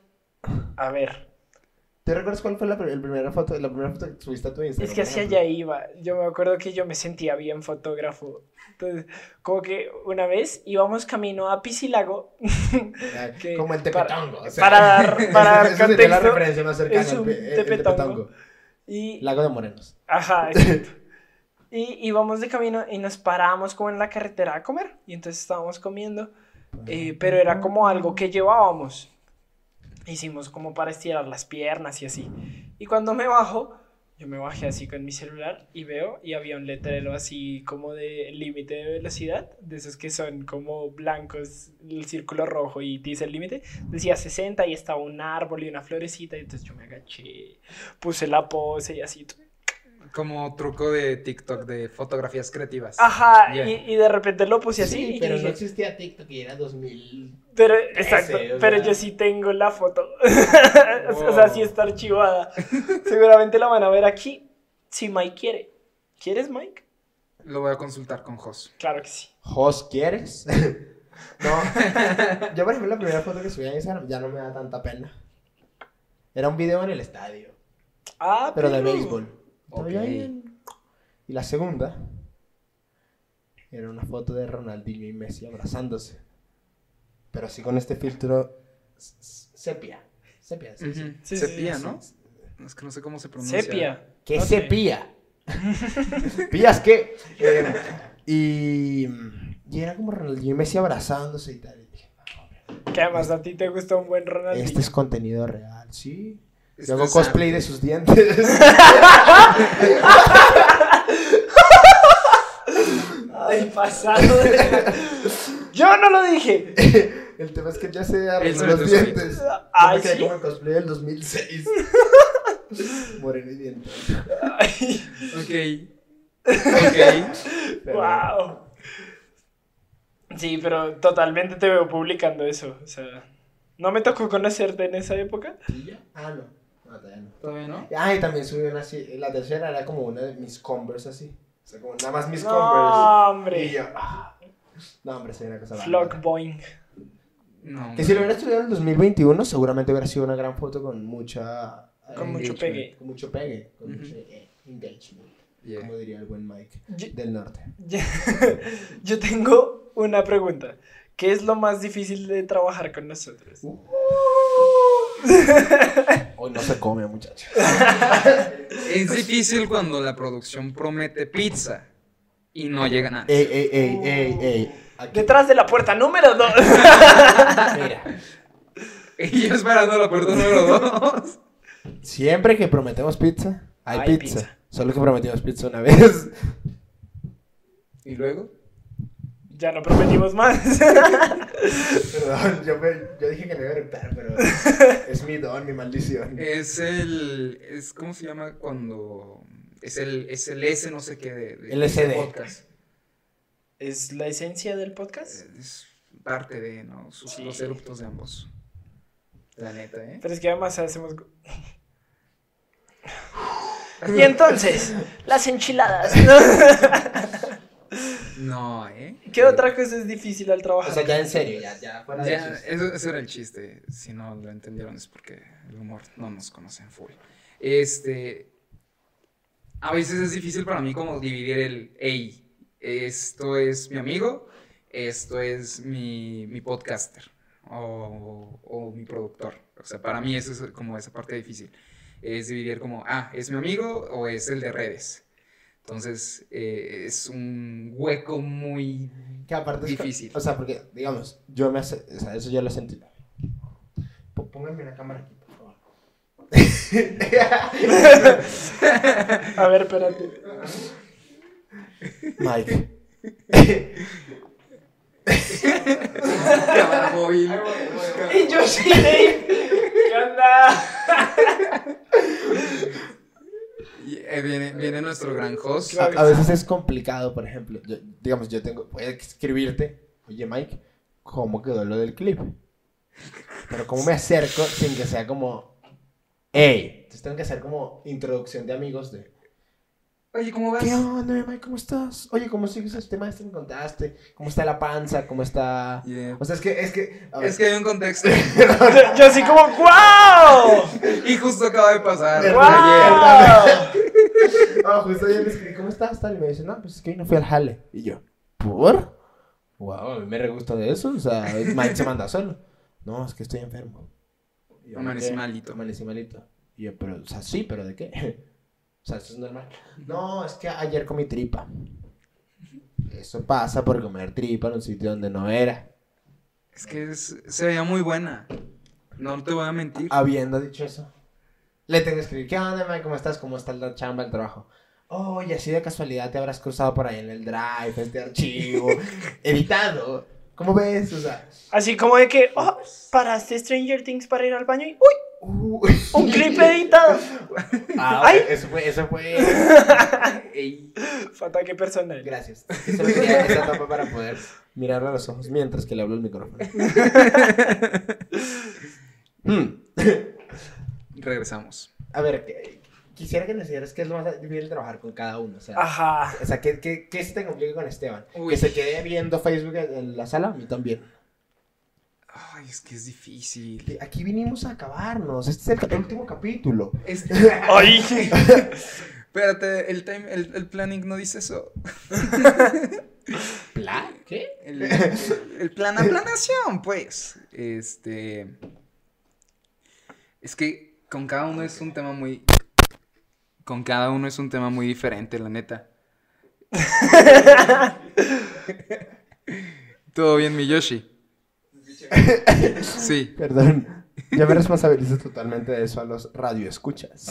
Speaker 2: a ver,
Speaker 1: ¿Te recuerdas cuál fue la, pri- el primera foto, la primera foto que subiste a tu Instagram?
Speaker 2: es que
Speaker 1: por
Speaker 2: hacia
Speaker 1: ejemplo?
Speaker 2: allá iba. Yo me acuerdo que yo me sentía bien fotógrafo. Entonces, como que una vez íbamos camino a Piscilago
Speaker 1: Ay,
Speaker 2: que
Speaker 1: Ah, Como el
Speaker 2: para-
Speaker 1: tepetongo. o sea,
Speaker 2: para dar,
Speaker 1: [LAUGHS]
Speaker 2: para dar
Speaker 1: esa sería la
Speaker 2: contexto.
Speaker 1: referencia más cercana.
Speaker 2: es un
Speaker 1: el pe- el
Speaker 2: tepetongo.
Speaker 1: tepetongo.
Speaker 2: Y,
Speaker 1: Lago de Morenos.
Speaker 2: ajá, exacto. Y íbamos de camino y nos parábamos como en la carretera a comer. Y entonces estábamos comiendo. eh, pero era como algo que llevábamos. Hicimos como para estirar las piernas y así. Y cuando me bajo, yo me bajé así con mi celular y veo y había un letrero así como de límite de velocidad, de esos que son como blancos, el círculo rojo y dice el límite. Decía 60 y estaba un árbol y una florecita y entonces yo me agaché, puse la pose y así.
Speaker 4: Como truco de TikTok de fotografías creativas.
Speaker 2: Ajá,
Speaker 4: Ya.
Speaker 2: y, y de repente lo puse así y yo
Speaker 1: pero no
Speaker 2: dije,
Speaker 1: existía TikTok y era 2000.
Speaker 2: Pero, exacto,
Speaker 1: Ese, o
Speaker 2: pero
Speaker 1: sea.
Speaker 2: yo sí tengo la foto. [LAUGHS] o sea, sí está archivada. Seguramente la van a ver aquí si Mike quiere. ¿Quieres, Mike?
Speaker 4: Lo voy a consultar con Jos.
Speaker 2: Claro que sí.
Speaker 1: ¿Jos [LAUGHS] quieres? no. Yo, por ejemplo, la primera foto que subí a Instagram ya no me da tanta pena. Era un video en el estadio,
Speaker 2: Ah,
Speaker 1: pero de
Speaker 2: pero-
Speaker 1: béisbol. Estaba yo ahí en- Y la segunda era una foto de Ronaldinho y Messi abrazándose. Pero así con este filtro s- s- sepia. Sepia, sí, sí.
Speaker 4: Ujú.
Speaker 2: Sí, sí,
Speaker 4: Sepia,
Speaker 2: sí,
Speaker 4: ¿no? Es que no sé cómo se pronuncia.
Speaker 2: Sepia.
Speaker 1: ¿Qué
Speaker 2: Ok.
Speaker 1: se pía? ¿Pías qué? Eh, y, y era como Ronaldinho y Messi abrazándose y tal. Y dije, "Ah,
Speaker 2: Que además a ti te gusta un buen Ronaldinho.
Speaker 1: este es contenido real, sí.
Speaker 4: Este
Speaker 1: Yo hago
Speaker 4: es
Speaker 1: cosplay
Speaker 4: arte.
Speaker 1: de sus dientes. [LAUGHS]
Speaker 2: Ay, pasado. [LAUGHS] de- yo no lo dije.
Speaker 1: El tema es que ya se
Speaker 4: se
Speaker 1: arregló
Speaker 4: metió
Speaker 1: los
Speaker 4: solito.
Speaker 1: dientes. Yo
Speaker 2: Ay,
Speaker 1: me quedé
Speaker 2: sí.
Speaker 1: como en cosplay del 2006.
Speaker 2: [LAUGHS]
Speaker 1: Moreno y dientes.
Speaker 2: Ay,
Speaker 4: Ok.
Speaker 2: [LAUGHS]
Speaker 4: Ok.
Speaker 2: wow. Sí, pero totalmente te veo publicando eso. O sea, no me tocó conocerte en esa época.
Speaker 1: ¿Y ya? Ah, no. No, todavía no.
Speaker 4: ¿Todavía no?
Speaker 1: Ah, y también subí una así. La tercera era como una de mis Converse así. O sea, como nada más mis
Speaker 2: No,
Speaker 1: Converse.
Speaker 2: hombre.
Speaker 1: Y yo, ah. No, hombre, sería una cosa bárbara.
Speaker 2: Flockboing.
Speaker 4: No.
Speaker 1: Que si lo hubiera estudiado en el 2021, seguramente hubiera sido una gran foto con mucha.
Speaker 2: Con
Speaker 1: eh,
Speaker 2: mucho
Speaker 4: engagement.
Speaker 2: pegue.
Speaker 1: Con mucho pegue. Con
Speaker 4: Ujú.
Speaker 1: mucho eh, engagement.
Speaker 4: Yeah.
Speaker 1: Como diría el buen Mike.
Speaker 2: Yo,
Speaker 1: Del norte.
Speaker 2: yo- [LAUGHS] yo tengo una pregunta. ¿Qué es lo más difícil de trabajar con nosotros?
Speaker 1: [LAUGHS] Hoy no se come, muchachos.
Speaker 4: Es difícil cuando la producción promete pizza y no llega nada.
Speaker 1: Ey, ey, ey, ey, ey. Aquí,
Speaker 2: Detrás de la puerta número 2.
Speaker 1: mira.
Speaker 4: [LAUGHS] Y yo esperando la puerta número dos.
Speaker 1: [LAUGHS] Siempre que prometemos pizza, hay,
Speaker 2: Hay
Speaker 1: pizza.
Speaker 2: pizza.
Speaker 1: Solo que prometimos pizza una [LAUGHS] vez.
Speaker 4: ¿Y luego?
Speaker 2: [LAUGHS] ya no prometimos más. [LAUGHS]
Speaker 1: Perdón, yo, me- yo dije que me iba a eructar, pero es mi don, mi maldición.
Speaker 4: Es el. Es, ¿Cómo se llama cuando.? Es el, es el S, no sé qué. De, de-
Speaker 1: El SD.
Speaker 4: de podcast.
Speaker 2: ¿Es la esencia del podcast?
Speaker 4: Es parte de, ¿no? Sus,
Speaker 2: Sí.
Speaker 4: Los eruptos de ambos. La neta, ¿eh?
Speaker 2: Pero es que además hacemos... Y entonces, las
Speaker 6: [LAUGHS]
Speaker 2: enchiladas.
Speaker 4: No, ¿eh?
Speaker 2: ¿Qué otra cosa es difícil al trabajar?
Speaker 1: O sea, ya en serio, ya, ya. fuera de
Speaker 4: Ya,
Speaker 1: chiste.
Speaker 4: eso, ese era el chiste. Si no lo entendieron es porque el humor no nos conoce en full. Este. A veces es difícil para mí como dividir el, hey, esto es mi amigo, esto es mi, mi podcaster o, o mi productor. O sea, para mí eso es como esa parte difícil. Es dividir como, ah, es mi amigo o es el de redes. Entonces, eh, es un hueco muy... [LAUGHS]
Speaker 1: Que aparte es-
Speaker 4: Difícil.
Speaker 1: o sea, porque, digamos, yo me hace. O sea, eso yo lo sentí. P- Pónganme la cámara aquí, por favor.
Speaker 2: A ver, espérate.
Speaker 1: Mike. [LAUGHS]
Speaker 4: Cámara móvil.
Speaker 2: Y yo sí, Dave. ¿Qué onda?
Speaker 4: Y, eh, eh, viene, viene nuestro gran host.
Speaker 1: A, a veces es complicado, por ejemplo. yo- digamos, yo tengo. Voy a escribirte. Oye, Mike, ¿cómo quedó lo del clip? Pero ¿cómo me acerco sin que sea como. ¡Ey! Entonces tengo que hacer como introducción de amigos de.
Speaker 4: Oye, ¿cómo vas?
Speaker 1: ¿Qué onda, Mike? ¿Cómo estás? Oye, ¿cómo sigues este tema este que me contaste? ¿Cómo está la panza? ¿Cómo está.?
Speaker 4: Yeah.
Speaker 1: O sea, es que. Es que. a ver,
Speaker 4: eh, Es que hay un contexto. [LAUGHS]
Speaker 2: Yo, yo así como, ¡wow!
Speaker 4: y justo acaba de pasar.
Speaker 1: Pero-
Speaker 4: Ayer.
Speaker 2: ¡Wow!
Speaker 1: Ah, justo ayer le escribí, ¿cómo estás? Tal, y me dice, no, pues es que hoy no fui al jale. Y yo, ¿por? Wow, a mí me re gusta de eso. O sea, Mike se manda solo. No, es que estoy enfermo. Y yo,
Speaker 4: Amanecí
Speaker 1: "¿Qué?
Speaker 4: malito".
Speaker 1: Amanecí malito. Y yo, pero, o sea, sí, pero ¿de qué? [LAUGHS] O sea, eso es normal. No, es que ayer comí tripa. Eso pasa por comer tripa en un sitio donde no era.
Speaker 4: Es que es- se veía muy buena. No te voy a mentir.
Speaker 1: Habiendo dicho eso, le tengo que escribir, ¿qué onda, Mike? ¿Cómo estás? ¿Cómo está la chamba, el trabajo? Oye, así de casualidad te habrás cruzado por ahí en el drive, este
Speaker 2: [LAUGHS]
Speaker 1: archivo, editado. ¿Cómo ves? O sea,
Speaker 2: Así como de que, oh, paraste Stranger Things para ir al baño y, ¡uy!
Speaker 1: uh,
Speaker 2: [LAUGHS] Un
Speaker 1: [LAUGHS]
Speaker 2: clip editado.
Speaker 1: Ah,
Speaker 2: ¡Ay!
Speaker 1: Eso fue, eso fue. Ey,
Speaker 2: Falta que personal.
Speaker 1: Gracias. Solo quería esa tapa para poder mirarle a los ojos mientras que le hablo el
Speaker 2: [LAUGHS]
Speaker 1: micrófono. Hmm.
Speaker 4: Regresamos.
Speaker 1: A ver, que- quisiera que nos dijeras qué es lo más difícil de trabajar con cada uno. O sea,
Speaker 2: Ajá.
Speaker 1: O sea, ¿qué, qué, qué se te complica con Esteban?
Speaker 4: Uy.
Speaker 1: ¿Que se quede viendo Facebook en en la sala? A mí también.
Speaker 4: Ay, es que
Speaker 1: [LAUGHS]
Speaker 4: es difícil.
Speaker 1: Aquí vinimos a acabarnos. Este es el, cap- el último capítulo.
Speaker 4: Es-
Speaker 2: ¡Ay!
Speaker 4: Espérate, el, time, el, el planning no dice eso.
Speaker 1: ¿Pla? ¿Qué?
Speaker 4: [LAUGHS] El, el plan a planación, pues. Este. Es que con cada uno es un tema muy. Con cada uno es un tema muy diferente, la [LAUGHS] neta. ¿Todo bien, mi Yoshi? Sí,
Speaker 1: Perdón. Ya me responsabilizo totalmente de eso a los radioescuchas.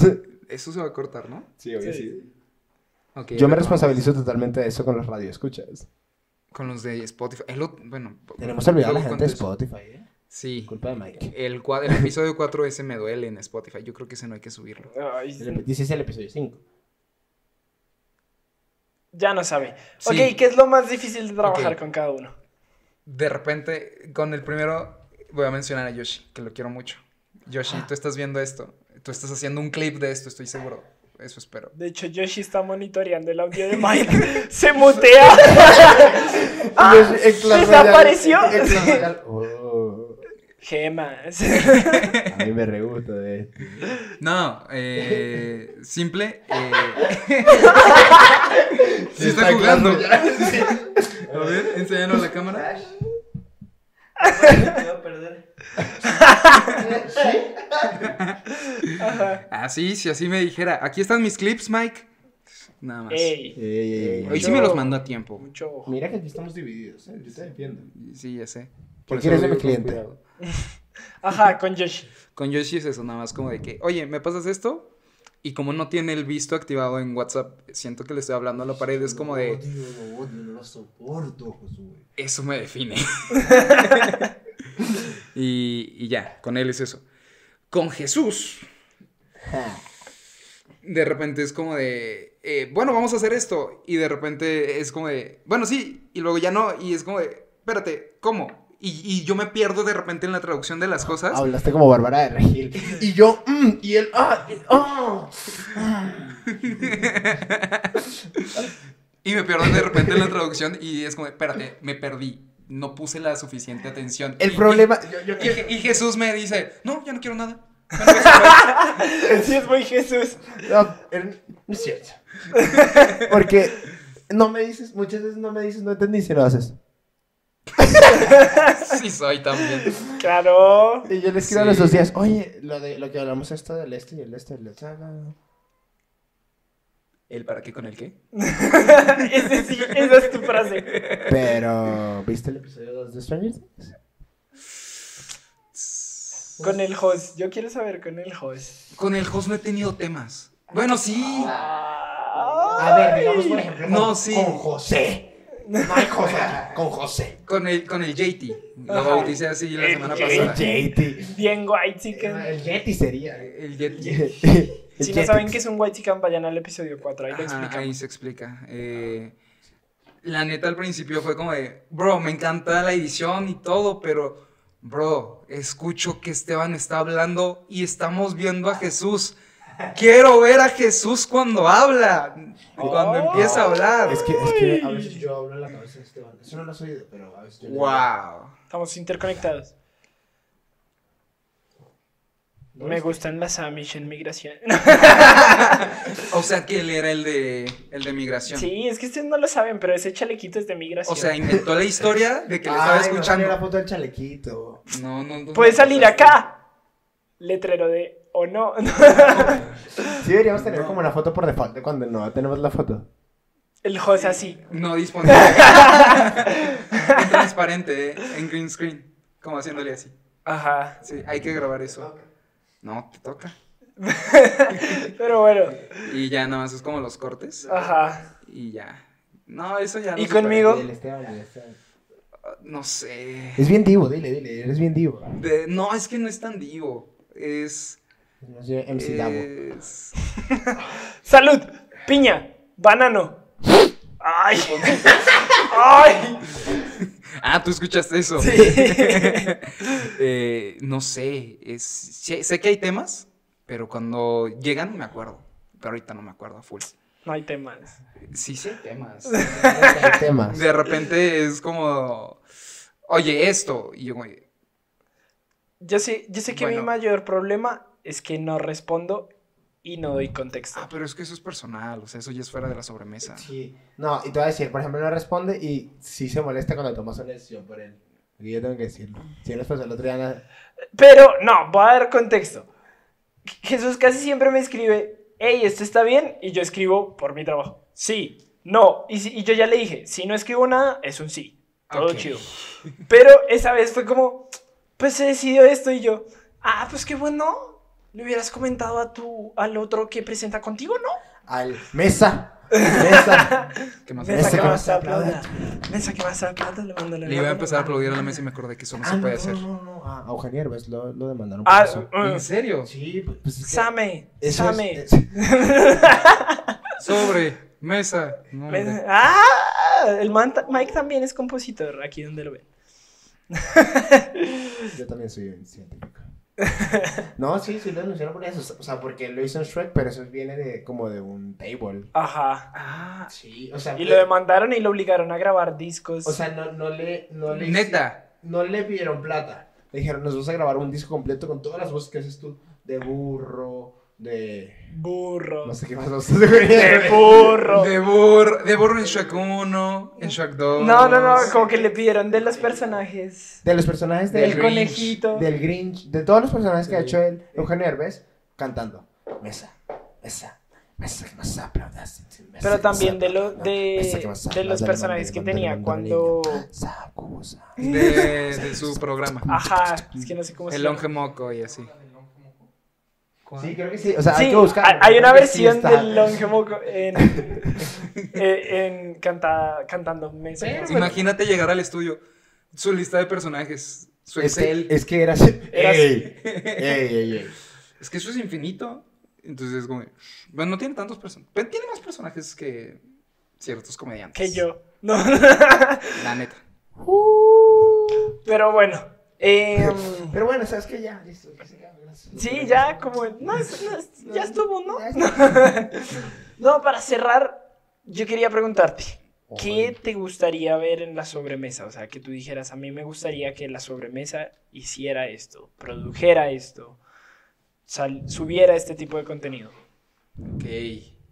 Speaker 4: eso se va a cortar, ¿no?
Speaker 1: Sí, obvio,
Speaker 2: sí.
Speaker 4: Ok,
Speaker 1: Yo me
Speaker 4: retomamos.
Speaker 1: responsabilizo totalmente de eso con los radioescuchas.
Speaker 4: Con los de Spotify. El ot- bueno,
Speaker 1: Tenemos olvidado a la
Speaker 4: luego
Speaker 1: gente de
Speaker 4: cuento eso.
Speaker 1: Spotify, ¿eh?
Speaker 4: Sí.
Speaker 1: Culpa de Mike.
Speaker 4: El, cua- el episodio 4S me duele en Spotify. Yo creo que ese no hay que subirlo.
Speaker 2: Ay,
Speaker 1: Dices el episodio 5.
Speaker 2: ya no sabe.
Speaker 4: Sí.
Speaker 2: Ok, ¿qué es lo más difícil de trabajar
Speaker 4: Ok.
Speaker 2: con cada uno?
Speaker 4: De repente, con el primero, voy a mencionar a Yoshi, que lo quiero mucho.
Speaker 1: Ah.
Speaker 4: Yoshi, tú estás viendo esto. Tú estás haciendo un clip de esto, estoy seguro. Eso espero.
Speaker 2: De hecho, Yoshi está monitoreando el audio de Mike. [LAUGHS] ¡Se mutea! ¡Ah! ¡Desapareció! Gemas.
Speaker 1: Oh, a mí me eh. re gusta de esto.
Speaker 4: No, eh, [LAUGHS] simple. Eh... [LAUGHS] sí
Speaker 1: Sí,
Speaker 4: está
Speaker 1: está
Speaker 4: jugando.
Speaker 1: claro,
Speaker 4: [LAUGHS] A ver, enséñalo a la cámara.
Speaker 3: Me voy a perder.
Speaker 4: Así, Ah, si así me dijera. Aquí están mis clips, Mike. Nada más.
Speaker 1: Eh,
Speaker 2: Ey,
Speaker 1: Ey, ey, ey.
Speaker 4: Hoy sí me los mandó a tiempo.
Speaker 2: mucho ojo.
Speaker 1: Mira que aquí estamos divididos, ¿eh? Yo te defiendo.
Speaker 4: Sí, ya sé.
Speaker 1: ¿Qué
Speaker 4: eso
Speaker 1: quieres
Speaker 4: lo
Speaker 1: de mi
Speaker 4: digo con
Speaker 1: cliente?
Speaker 4: cuidado.
Speaker 2: Ajá, con Yoshi.
Speaker 4: Con Yoshi es eso, nada más como de que, oye, ¿me pasas esto? Y como no tiene el visto activado en WhatsApp, siento que le estoy hablando a la pared, es como de,
Speaker 1: no odio, no lo soporto, Josué.
Speaker 4: eso me define. y, y ya, con él es eso. Con Jesús, de repente es como de, eh, bueno, vamos a hacer esto. Y de repente es como de, bueno, sí, y luego ya no. Y es como de, espérate, ¿cómo? Y, y yo me pierdo de repente en la traducción de las cosas.
Speaker 1: Hablaste como Bárbara de Regil. [LAUGHS] Y yo, mm, y él, ah, y- ah.
Speaker 4: Y me pierdo de repente en la traducción y es como, espérate, me perdí. No puse la suficiente atención.
Speaker 1: El
Speaker 4: Y-
Speaker 1: problema.
Speaker 4: Y, y Je- y Jesús me dice, no, ya no quiero nada.
Speaker 2: Sí, es muy Jesús.
Speaker 1: No, él- no es cierto. [LAUGHS] Porque no me dices, muchas veces no me dices, no entendí si lo haces.
Speaker 4: [LAUGHS] Sí soy también.
Speaker 1: [LAUGHS]
Speaker 2: Claro.
Speaker 1: Y yo le escribo a
Speaker 4: Sí.
Speaker 1: los dos días, oye, lo, de, lo que hablamos esto del este y el este, el este. ah, ah, ah".
Speaker 4: ¿El para qué con el qué?
Speaker 2: Ese sí, esa es tu frase.
Speaker 1: Pero, ¿viste el episodio 2 de Stranger Things?
Speaker 2: Con el host. Yo quiero saber con el host.
Speaker 4: Con el host no he tenido temas. Bueno, sí.
Speaker 1: A ver, digamos, por ejemplo, con,
Speaker 4: No, sí.
Speaker 1: con José. No hay José aquí, con José.
Speaker 4: Con el, con el JT. Lo
Speaker 2: Ajá.
Speaker 4: bauticé así la
Speaker 2: El
Speaker 4: semana
Speaker 2: JT.
Speaker 1: El
Speaker 4: pasada.
Speaker 1: JT. Eh,
Speaker 2: Bien guay, chicken.
Speaker 1: [LAUGHS] El Yeti sería.
Speaker 4: El JT.
Speaker 1: Yeti.
Speaker 2: Si no saben que es un White Chicken, vayan al episodio 4, ahí lo
Speaker 4: Ajá,
Speaker 2: explicamos. Ah,
Speaker 4: ahí se explica. Eh, la neta al principio fue como de, bro, me encanta la edición y todo, pero, bro, escucho que Esteban está hablando y estamos viendo a Jesús. Quiero ver a Jesús cuando habla, cuando empieza a hablar.
Speaker 1: Es que, es que a veces yo hablo en la cabeza de Esteban. Eso no lo has oído, pero a veces yo. le digo,
Speaker 4: Wow.
Speaker 2: Estamos interconectados. Me gustan las Amish en
Speaker 4: [LAUGHS]
Speaker 2: migración.
Speaker 4: O sea que él era el de, el de migración.
Speaker 2: sí, es que ustedes no lo saben, pero ese chalequito es de migración.
Speaker 4: O sea, inventó la historia de que le
Speaker 1: "Ay,
Speaker 4: estaba
Speaker 1: me salió la
Speaker 4: escuchando.
Speaker 1: foto del chalequito.
Speaker 4: No, no, no.
Speaker 2: Puede
Speaker 4: no,
Speaker 2: salir
Speaker 4: o sea,
Speaker 2: acá. Letrero de o no. [LAUGHS]
Speaker 1: Sí, deberíamos tener
Speaker 4: No.
Speaker 1: como una foto por default de cuando no tenemos la foto.
Speaker 2: El José así.
Speaker 4: No disponible. [LAUGHS] en transparente, eh, en green screen. Como haciéndole así.
Speaker 2: Ajá.
Speaker 4: Sí, hay que grabar eso. No, te toca.
Speaker 2: Pero bueno.
Speaker 4: Y ya nada más es como los cortes.
Speaker 2: Ajá.
Speaker 4: Y ya. No, eso ya. no
Speaker 2: Ah. ¿Y
Speaker 4: se
Speaker 2: conmigo?
Speaker 1: Del Esteban, del Esteban.
Speaker 4: puede. No sé.
Speaker 1: Es bien divo, dile, dile, eres bien divo.
Speaker 4: De- no, es que no es tan divo. Es.
Speaker 1: No sé, MC
Speaker 4: Eh,
Speaker 1: Davo.
Speaker 4: es...
Speaker 2: Salud. Piña. Banano.
Speaker 4: [LAUGHS]
Speaker 2: Ay. Ay.
Speaker 4: Ah, tú escuchaste eso. [LAUGHS] Eh, no sé. Es, sé, sé que hay temas, pero cuando llegan me acuerdo. Pero ahorita no me acuerdo a full.
Speaker 2: No hay temas.
Speaker 4: Sí, sí hay temas.
Speaker 1: Hay temas.
Speaker 4: De repente es como, oye, esto. Y yo, como,
Speaker 2: Yo sé, yo sé que mi
Speaker 4: Bueno.
Speaker 2: mayor problema es que no respondo y no doy contexto.
Speaker 4: ah, pero es que eso es personal. O sea, eso ya es fuera de la sobremesa.
Speaker 1: Sí. No, y te voy a decir, por ejemplo, no responde y sí se molesta cuando tomas una decisión por él. Y yo tengo que decirlo. Si no les pasó el otro día, nada.
Speaker 2: Pero no, voy a dar contexto. Jesús casi siempre me escribe, hey, ¿esto está bien? Y yo escribo por mi trabajo. Sí, no. Y, si- y yo ya le dije, si no escribo nada, es un sí. Todo
Speaker 4: Ok. [LAUGHS]
Speaker 2: chido. Pero esa vez fue como, pues se decidió esto y yo, ah, pues qué bueno. Le hubieras comentado a tu, al otro que presenta contigo, ¿no?
Speaker 1: Al
Speaker 4: [LAUGHS]
Speaker 1: mesa. Mesa.
Speaker 4: ¿Qué más?
Speaker 1: Esa
Speaker 2: Mesa que
Speaker 1: que
Speaker 2: más
Speaker 1: más
Speaker 2: se aplauda.
Speaker 1: aplauda.
Speaker 2: Mesa que más se aplauda. Le mando la
Speaker 4: Le iba a
Speaker 2: mano.
Speaker 4: empezar a aplaudir a la mesa y me acordé que eso no
Speaker 1: Ah,
Speaker 4: se puede hacer.
Speaker 1: No, no, no. A a Eugenio Herbes lo, lo demandaron por
Speaker 2: Ah,
Speaker 1: eso.
Speaker 2: uh,
Speaker 4: ¿En serio?
Speaker 1: Sí, pues es que
Speaker 2: Same,
Speaker 1: eso es-
Speaker 2: same.
Speaker 1: es- [LAUGHS]
Speaker 4: Sobre, mesa. No,
Speaker 2: Me-
Speaker 4: hombre.
Speaker 2: ¡Ah! El man ta- Mike también es compositor, aquí donde lo ven.
Speaker 1: Yo también soy un científico. No, sí, sí lo denunciaron por eso. O sea, porque lo hizo en Shrek, pero eso viene de, como de un table.
Speaker 2: Ajá.
Speaker 4: Ah,
Speaker 1: Sí, o sea.
Speaker 2: Y
Speaker 1: que-
Speaker 2: lo demandaron y lo obligaron a grabar discos.
Speaker 1: O sea, no, no le. No le
Speaker 4: neta.
Speaker 1: No le pidieron plata. Le dijeron, nos vas a grabar un disco completo con todas las voces que haces tú. De burro, de.
Speaker 2: burro.
Speaker 1: No sé [LAUGHS] qué más voces de
Speaker 2: De burro.
Speaker 4: De Burr, de Burr en Shrek 1, en Shrek 2.
Speaker 2: No, no, no, como que le pidieron de los personajes.
Speaker 1: De los personajes
Speaker 2: Del
Speaker 1: del,
Speaker 4: Grinch.
Speaker 2: conejito.
Speaker 1: del Grinch, de todos los personajes que ha hecho él, Eugenio Herbes, cantando. Mesa, mesa, mesa que más aplaudas. mesa
Speaker 2: Pero
Speaker 1: que más
Speaker 2: también de, lo,
Speaker 1: aplaudas, mesa que
Speaker 2: de,
Speaker 1: más
Speaker 2: de
Speaker 1: aplaudas,
Speaker 2: los
Speaker 1: le
Speaker 2: personajes que
Speaker 1: mandé, le
Speaker 2: tenía
Speaker 1: mandé, le mandé,
Speaker 2: cuando...
Speaker 1: niña. Sacusa.
Speaker 4: De, de su programa.
Speaker 2: Ah, Ajá, es que no sé cómo se
Speaker 4: El
Speaker 2: llama.
Speaker 4: longe moco y así.
Speaker 1: Sí, creo que sí. O sea, hay
Speaker 2: Sí,
Speaker 1: que buscar.
Speaker 2: hay- hay una
Speaker 1: creo que sí
Speaker 2: versión
Speaker 1: está.
Speaker 2: del Longe Moco
Speaker 1: [LAUGHS]
Speaker 2: en, eh, en- en canta- cantando Mesa.
Speaker 4: Imagínate llegar al estudio, su lista de personajes, su
Speaker 1: Es que,
Speaker 4: Excel.
Speaker 1: es que era
Speaker 2: [LAUGHS]
Speaker 1: así. Ey, ey, ey, ey.
Speaker 4: Es que eso es infinito. Entonces, como. Bueno, no tiene tantos personajes. Pero tiene más personajes que ciertos comediantes.
Speaker 2: Que yo. [LAUGHS] No.
Speaker 4: La neta.
Speaker 2: Pero bueno. em,
Speaker 1: Pero bueno, sabes que ya, listo. que se acabe, gracias.
Speaker 2: sí, ya como... no, es- no, es- ya estuvo, ¿no? [LAUGHS]
Speaker 1: Ya está.
Speaker 2: No, para cerrar, yo quería preguntarte. ¿Qué te gustaría ver en la sobremesa? O sea, que tú dijeras, a mí me gustaría que la sobremesa hiciera esto, produjera esto, sal- subiera este tipo de contenido.
Speaker 4: Ok.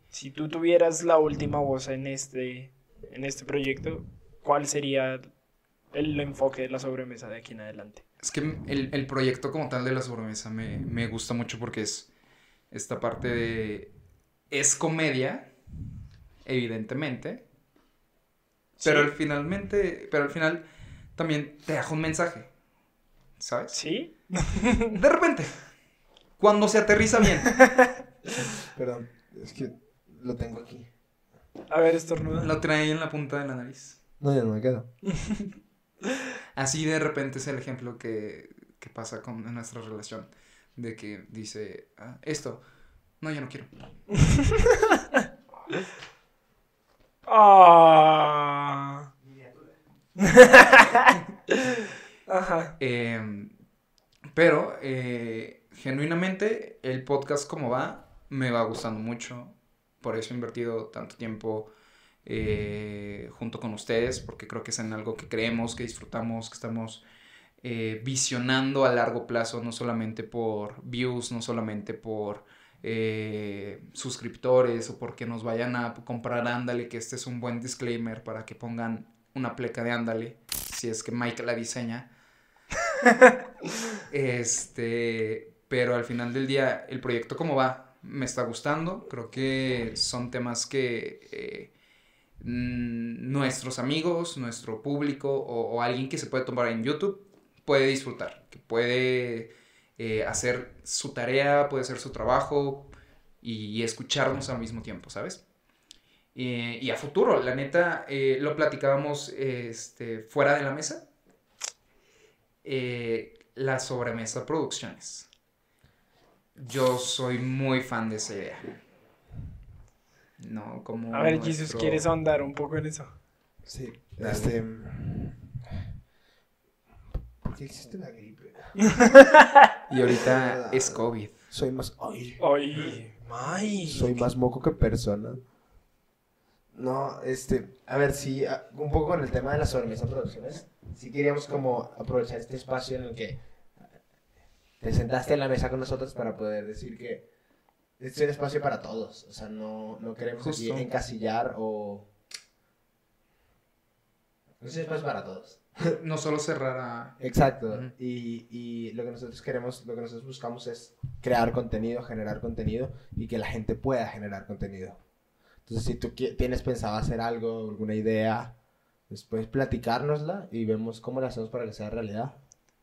Speaker 2: Si tú tuvieras la última voz en este, en este proyecto, ¿cuál sería el enfoque de la sobremesa de aquí en adelante?
Speaker 4: Es que el, el proyecto como tal de la sobremesa me, me gusta mucho porque es esta parte de... Es comedia, evidentemente, pero al finalmente, pero al final también te deja un mensaje, ¿sabes?
Speaker 2: ¿Sí?
Speaker 4: De repente, cuando se aterriza bien.
Speaker 1: Perdón, es que lo tengo aquí.
Speaker 2: A ver, estornuda.
Speaker 4: Lo trae en la punta de la nariz.
Speaker 1: No, ya no me quedo.
Speaker 4: Así de repente es el ejemplo que, que pasa con en nuestra relación. De que dice, "Ah, esto, No, yo no quiero.
Speaker 2: Ah. Ajá.
Speaker 4: Eh, pero, eh, genuinamente, el podcast como va, me va gustando mucho. Por eso he invertido tanto tiempo eh, junto con ustedes, porque creo que es en algo que creemos, que disfrutamos, que estamos eh, visionando a largo plazo, no solamente por views, no solamente por eh, suscriptores o porque nos vayan a comprar Ándale, que este es un buen disclaimer para que pongan una pleca de Ándale, si es que Mike la diseña. Este, pero al final del día, el proyecto como va, me está gustando. Creo que son temas que eh, mm, nuestros amigos, nuestro público o, o alguien que se puede tomar en YouTube puede disfrutar, que puede eh, hacer su tarea, puede hacer su trabajo y, y escucharnos al mismo tiempo, ¿sabes? Eh, y a futuro, la neta, eh, lo platicábamos este, fuera de la mesa. Eh, la sobremesa producciones. Yo soy muy fan de esa idea. No, como.
Speaker 2: A ver,
Speaker 4: nuestro-
Speaker 2: Jesus, ¿quieres ahondar un poco en eso?
Speaker 1: Sí,
Speaker 4: Dale.
Speaker 1: este. ¿Por qué existe la gripe?
Speaker 4: Y ahorita es COVID.
Speaker 1: Soy más. Ay,
Speaker 2: Ay, May.
Speaker 1: soy más moco que persona. No, este. A ver, sí, a- un poco con el tema de las sobremesa producciones. Sí queríamos como aprovechar este espacio en el que te sentaste en la mesa con nosotros para poder decir que este es un espacio para todos. O sea, no, no queremos aquí
Speaker 4: Justo.
Speaker 1: encasillar o. Es un espacio para todos.
Speaker 4: No solo cerrar a.
Speaker 1: Exacto.
Speaker 4: Ujú.
Speaker 1: y, y lo que nosotros queremos, lo que nosotros buscamos es crear contenido, generar contenido y que la gente pueda generar contenido. Entonces, si tú qui- tienes pensado hacer algo, alguna idea, después platicárnosla y vemos cómo la hacemos para que sea realidad.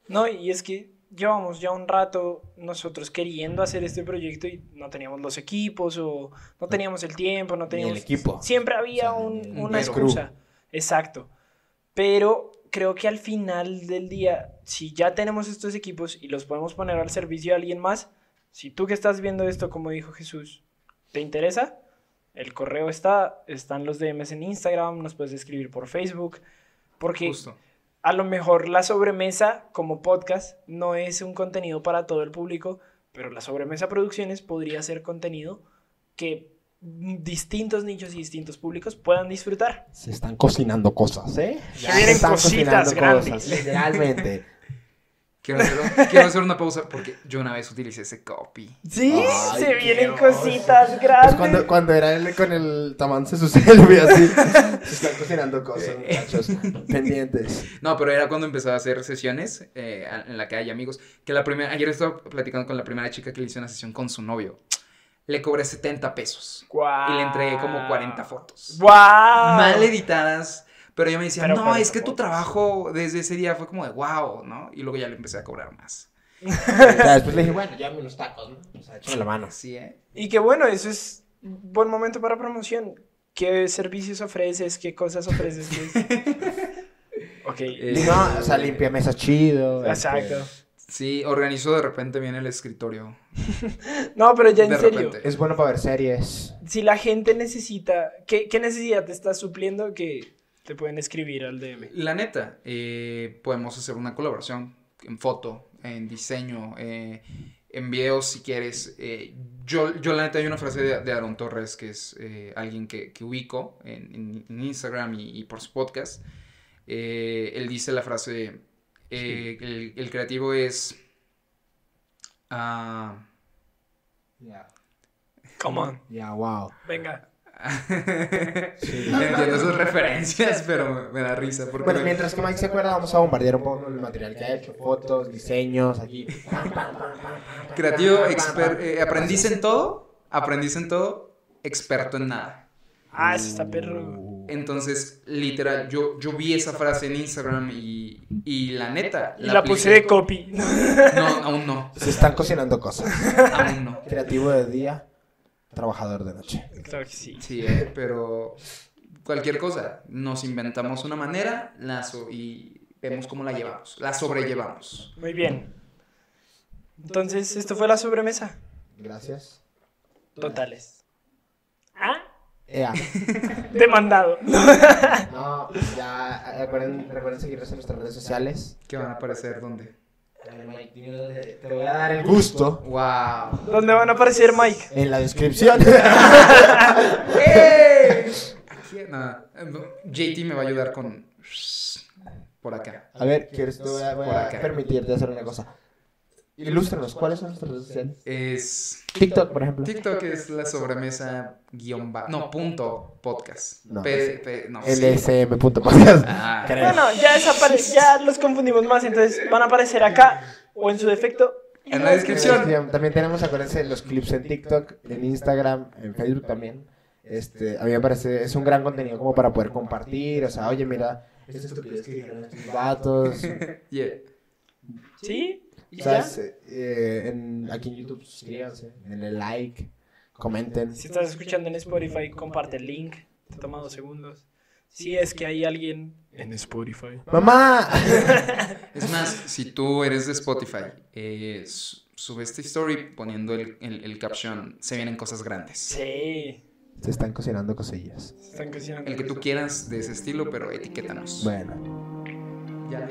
Speaker 2: No, y es que llevamos ya un rato nosotros queriendo hacer este proyecto y no teníamos los equipos o no teníamos el tiempo, no teníamos...
Speaker 1: equipo.
Speaker 2: Siempre había
Speaker 1: O sea,
Speaker 2: un-
Speaker 1: ni-
Speaker 4: ni
Speaker 2: una
Speaker 4: el
Speaker 1: crew.
Speaker 2: excusa. Exacto. Pero creo que al final del día, si ya tenemos estos equipos y los podemos poner al servicio de alguien más, si tú que estás viendo esto, como dijo Jesús, ¿te interesa? El correo está, están los DMs en Instagram, nos puedes escribir por Facebook, porque
Speaker 4: Justo.
Speaker 2: a lo mejor la sobremesa como podcast no es un contenido para todo el público, pero la sobremesa producciones podría ser contenido que distintos nichos y distintos públicos puedan disfrutar.
Speaker 1: Se están cocinando cosas, ¿eh?
Speaker 2: Se vienen cositas grandes. [LAUGHS]
Speaker 1: literalmente.
Speaker 4: Quiero [LAUGHS] hacer, quiero hacer una pausa porque yo una vez utilicé ese copy.
Speaker 2: Sí,
Speaker 1: Ay,
Speaker 2: se
Speaker 1: qué
Speaker 2: vienen
Speaker 1: oso.
Speaker 2: cositas
Speaker 1: Pues
Speaker 2: grandes.
Speaker 1: cuando, cuando era él con el tamance su [LAUGHS] selfie así. Se están cocinando cosas,
Speaker 2: [LAUGHS]
Speaker 1: muchachos. Pendientes.
Speaker 4: No, pero era cuando empezaba a hacer sesiones eh, a- en la calle, amigos. Que la primera, ayer estaba platicando con la primera chica que le hice una sesión con su novio. Le cobré 70 pesos y le entregué
Speaker 2: Ah.
Speaker 4: como 40 fotos.
Speaker 2: ¡Wow!
Speaker 4: Mal editadas. Pero ella me decía,
Speaker 2: Pero
Speaker 4: no,
Speaker 2: 40
Speaker 4: es que tu
Speaker 2: fotos".
Speaker 4: trabajo desde ese día fue como de wow, ¿no? Y luego ya le empecé a cobrar más.
Speaker 1: O sea, después Pues le dije, bueno, llévame unos tacos, ¿no? O sea, échame la mano.
Speaker 4: Así, ¿eh?
Speaker 2: Y que bueno, eso es un buen momento para promoción. ¿Qué servicios ofreces? ¿Qué cosas [LAUGHS] ofreces? ¿Qué- ok.
Speaker 4: Eh,
Speaker 1: No, o sea, limpia mesas chido.
Speaker 2: Exacto.
Speaker 1: este,
Speaker 4: Sí, organizó de repente bien el escritorio.
Speaker 2: No, pero ya en
Speaker 4: pues, de
Speaker 2: serio.
Speaker 4: repente.
Speaker 1: Es bueno para ver series.
Speaker 2: si la gente necesita, ¿qué, qué necesidad te estás supliendo que te pueden escribir al DM?
Speaker 4: La neta, eh, podemos hacer una colaboración en foto, en diseño, eh, en videos si quieres. Eh, yo, yo la neta hay una frase de, de Aaron Torres, que es eh, alguien que, que ubico en, en- en Instagram y, y por su podcast. Eh, él dice la frase, eh, el, el creativo es... ah,
Speaker 1: Ya,
Speaker 2: Come on,
Speaker 1: wow.
Speaker 2: venga.
Speaker 4: no [LAUGHS] entiendo sus referencias, pero me da risa. Porque
Speaker 1: Bueno,
Speaker 4: me-
Speaker 1: mientras que Mike se acuerda, vamos a bombardear un poco el material que ha hecho: fotos, diseños, aquí.
Speaker 4: Creativo, exper- eh, aprendiz en todo, aprendiz en todo, experto en nada.
Speaker 2: Ah, eso está perro.
Speaker 1: Uh.
Speaker 4: Entonces, literal, yo, yo vi esa frase en Instagram y, y la neta.
Speaker 2: Y la puse de copy. [LAUGHS]
Speaker 4: apliqué. No, aún no,
Speaker 1: Se están cocinando cosas.
Speaker 4: aún no.
Speaker 1: Creativo de día, trabajador de noche.
Speaker 2: claro que sí.
Speaker 4: Sí, eh, pero cualquier cosa, nos inventamos una manera la so- y vemos cómo la llevamos, la sobrellevamos.
Speaker 2: Muy bien. Entonces, esto fue la sobremesa.
Speaker 1: Gracias.
Speaker 2: totales. Ah,
Speaker 1: Ea.
Speaker 2: demandado.
Speaker 1: No, ya recuerden, recuerden seguirnos en nuestras redes sociales.
Speaker 4: ¿Qué van a aparecer? ¿Dónde?
Speaker 1: Te voy a dar el gusto
Speaker 4: ¡Wow!
Speaker 2: ¿Dónde van a aparecer Mike?
Speaker 1: en la descripción. [LAUGHS]
Speaker 4: ¿Quién? Nada. JT me va a ayudar con. Por acá.
Speaker 1: A ver, ¿quieres tú? Voy a, voy a
Speaker 4: Por acá.
Speaker 1: permitirte hacer una cosa. Ilústranos, ¿cuáles son nuestras redes sociales?
Speaker 4: Es.
Speaker 1: TikTok, por ejemplo.
Speaker 4: TikTok es la sobremesa guión ba- No, punto podcast.
Speaker 1: No.
Speaker 4: P- P- no,
Speaker 1: [LAUGHS]
Speaker 4: sí.
Speaker 1: LSM.podcast.
Speaker 4: Ah,
Speaker 2: Bueno, ya, desapare- ya los confundimos más, entonces van a aparecer acá o en su defecto.
Speaker 4: en la descripción.
Speaker 1: Este, También tenemos, acuérdense, los clips en TikTok, en Instagram, en Facebook también. Este, a mí me parece, es un gran contenido como para poder compartir. O sea, oye, mira, es estupidez que dijeron estos vatos.
Speaker 4: Yeah.
Speaker 2: ¿Sí? [LAUGHS] ¿Y ya?
Speaker 1: ¿Sabes? Eh, en- aquí en YouTube, suscríbanse, denle like, comenten.
Speaker 2: Si estás escuchando en Spotify, comparte el link. Te toma dos segundos. Si es que hay alguien en Spotify.
Speaker 1: ¡Mamá! [LAUGHS]
Speaker 4: Es más, si tú eres de Spotify, eh, su- sube esta story poniendo el, el, el caption, se vienen cosas grandes.
Speaker 2: Sí.
Speaker 1: Se están cocinando cosillas.
Speaker 2: se Están cocinando.
Speaker 4: El que tú quieras de ese estilo, pero etiquétanos.
Speaker 1: Bueno.
Speaker 4: Ya.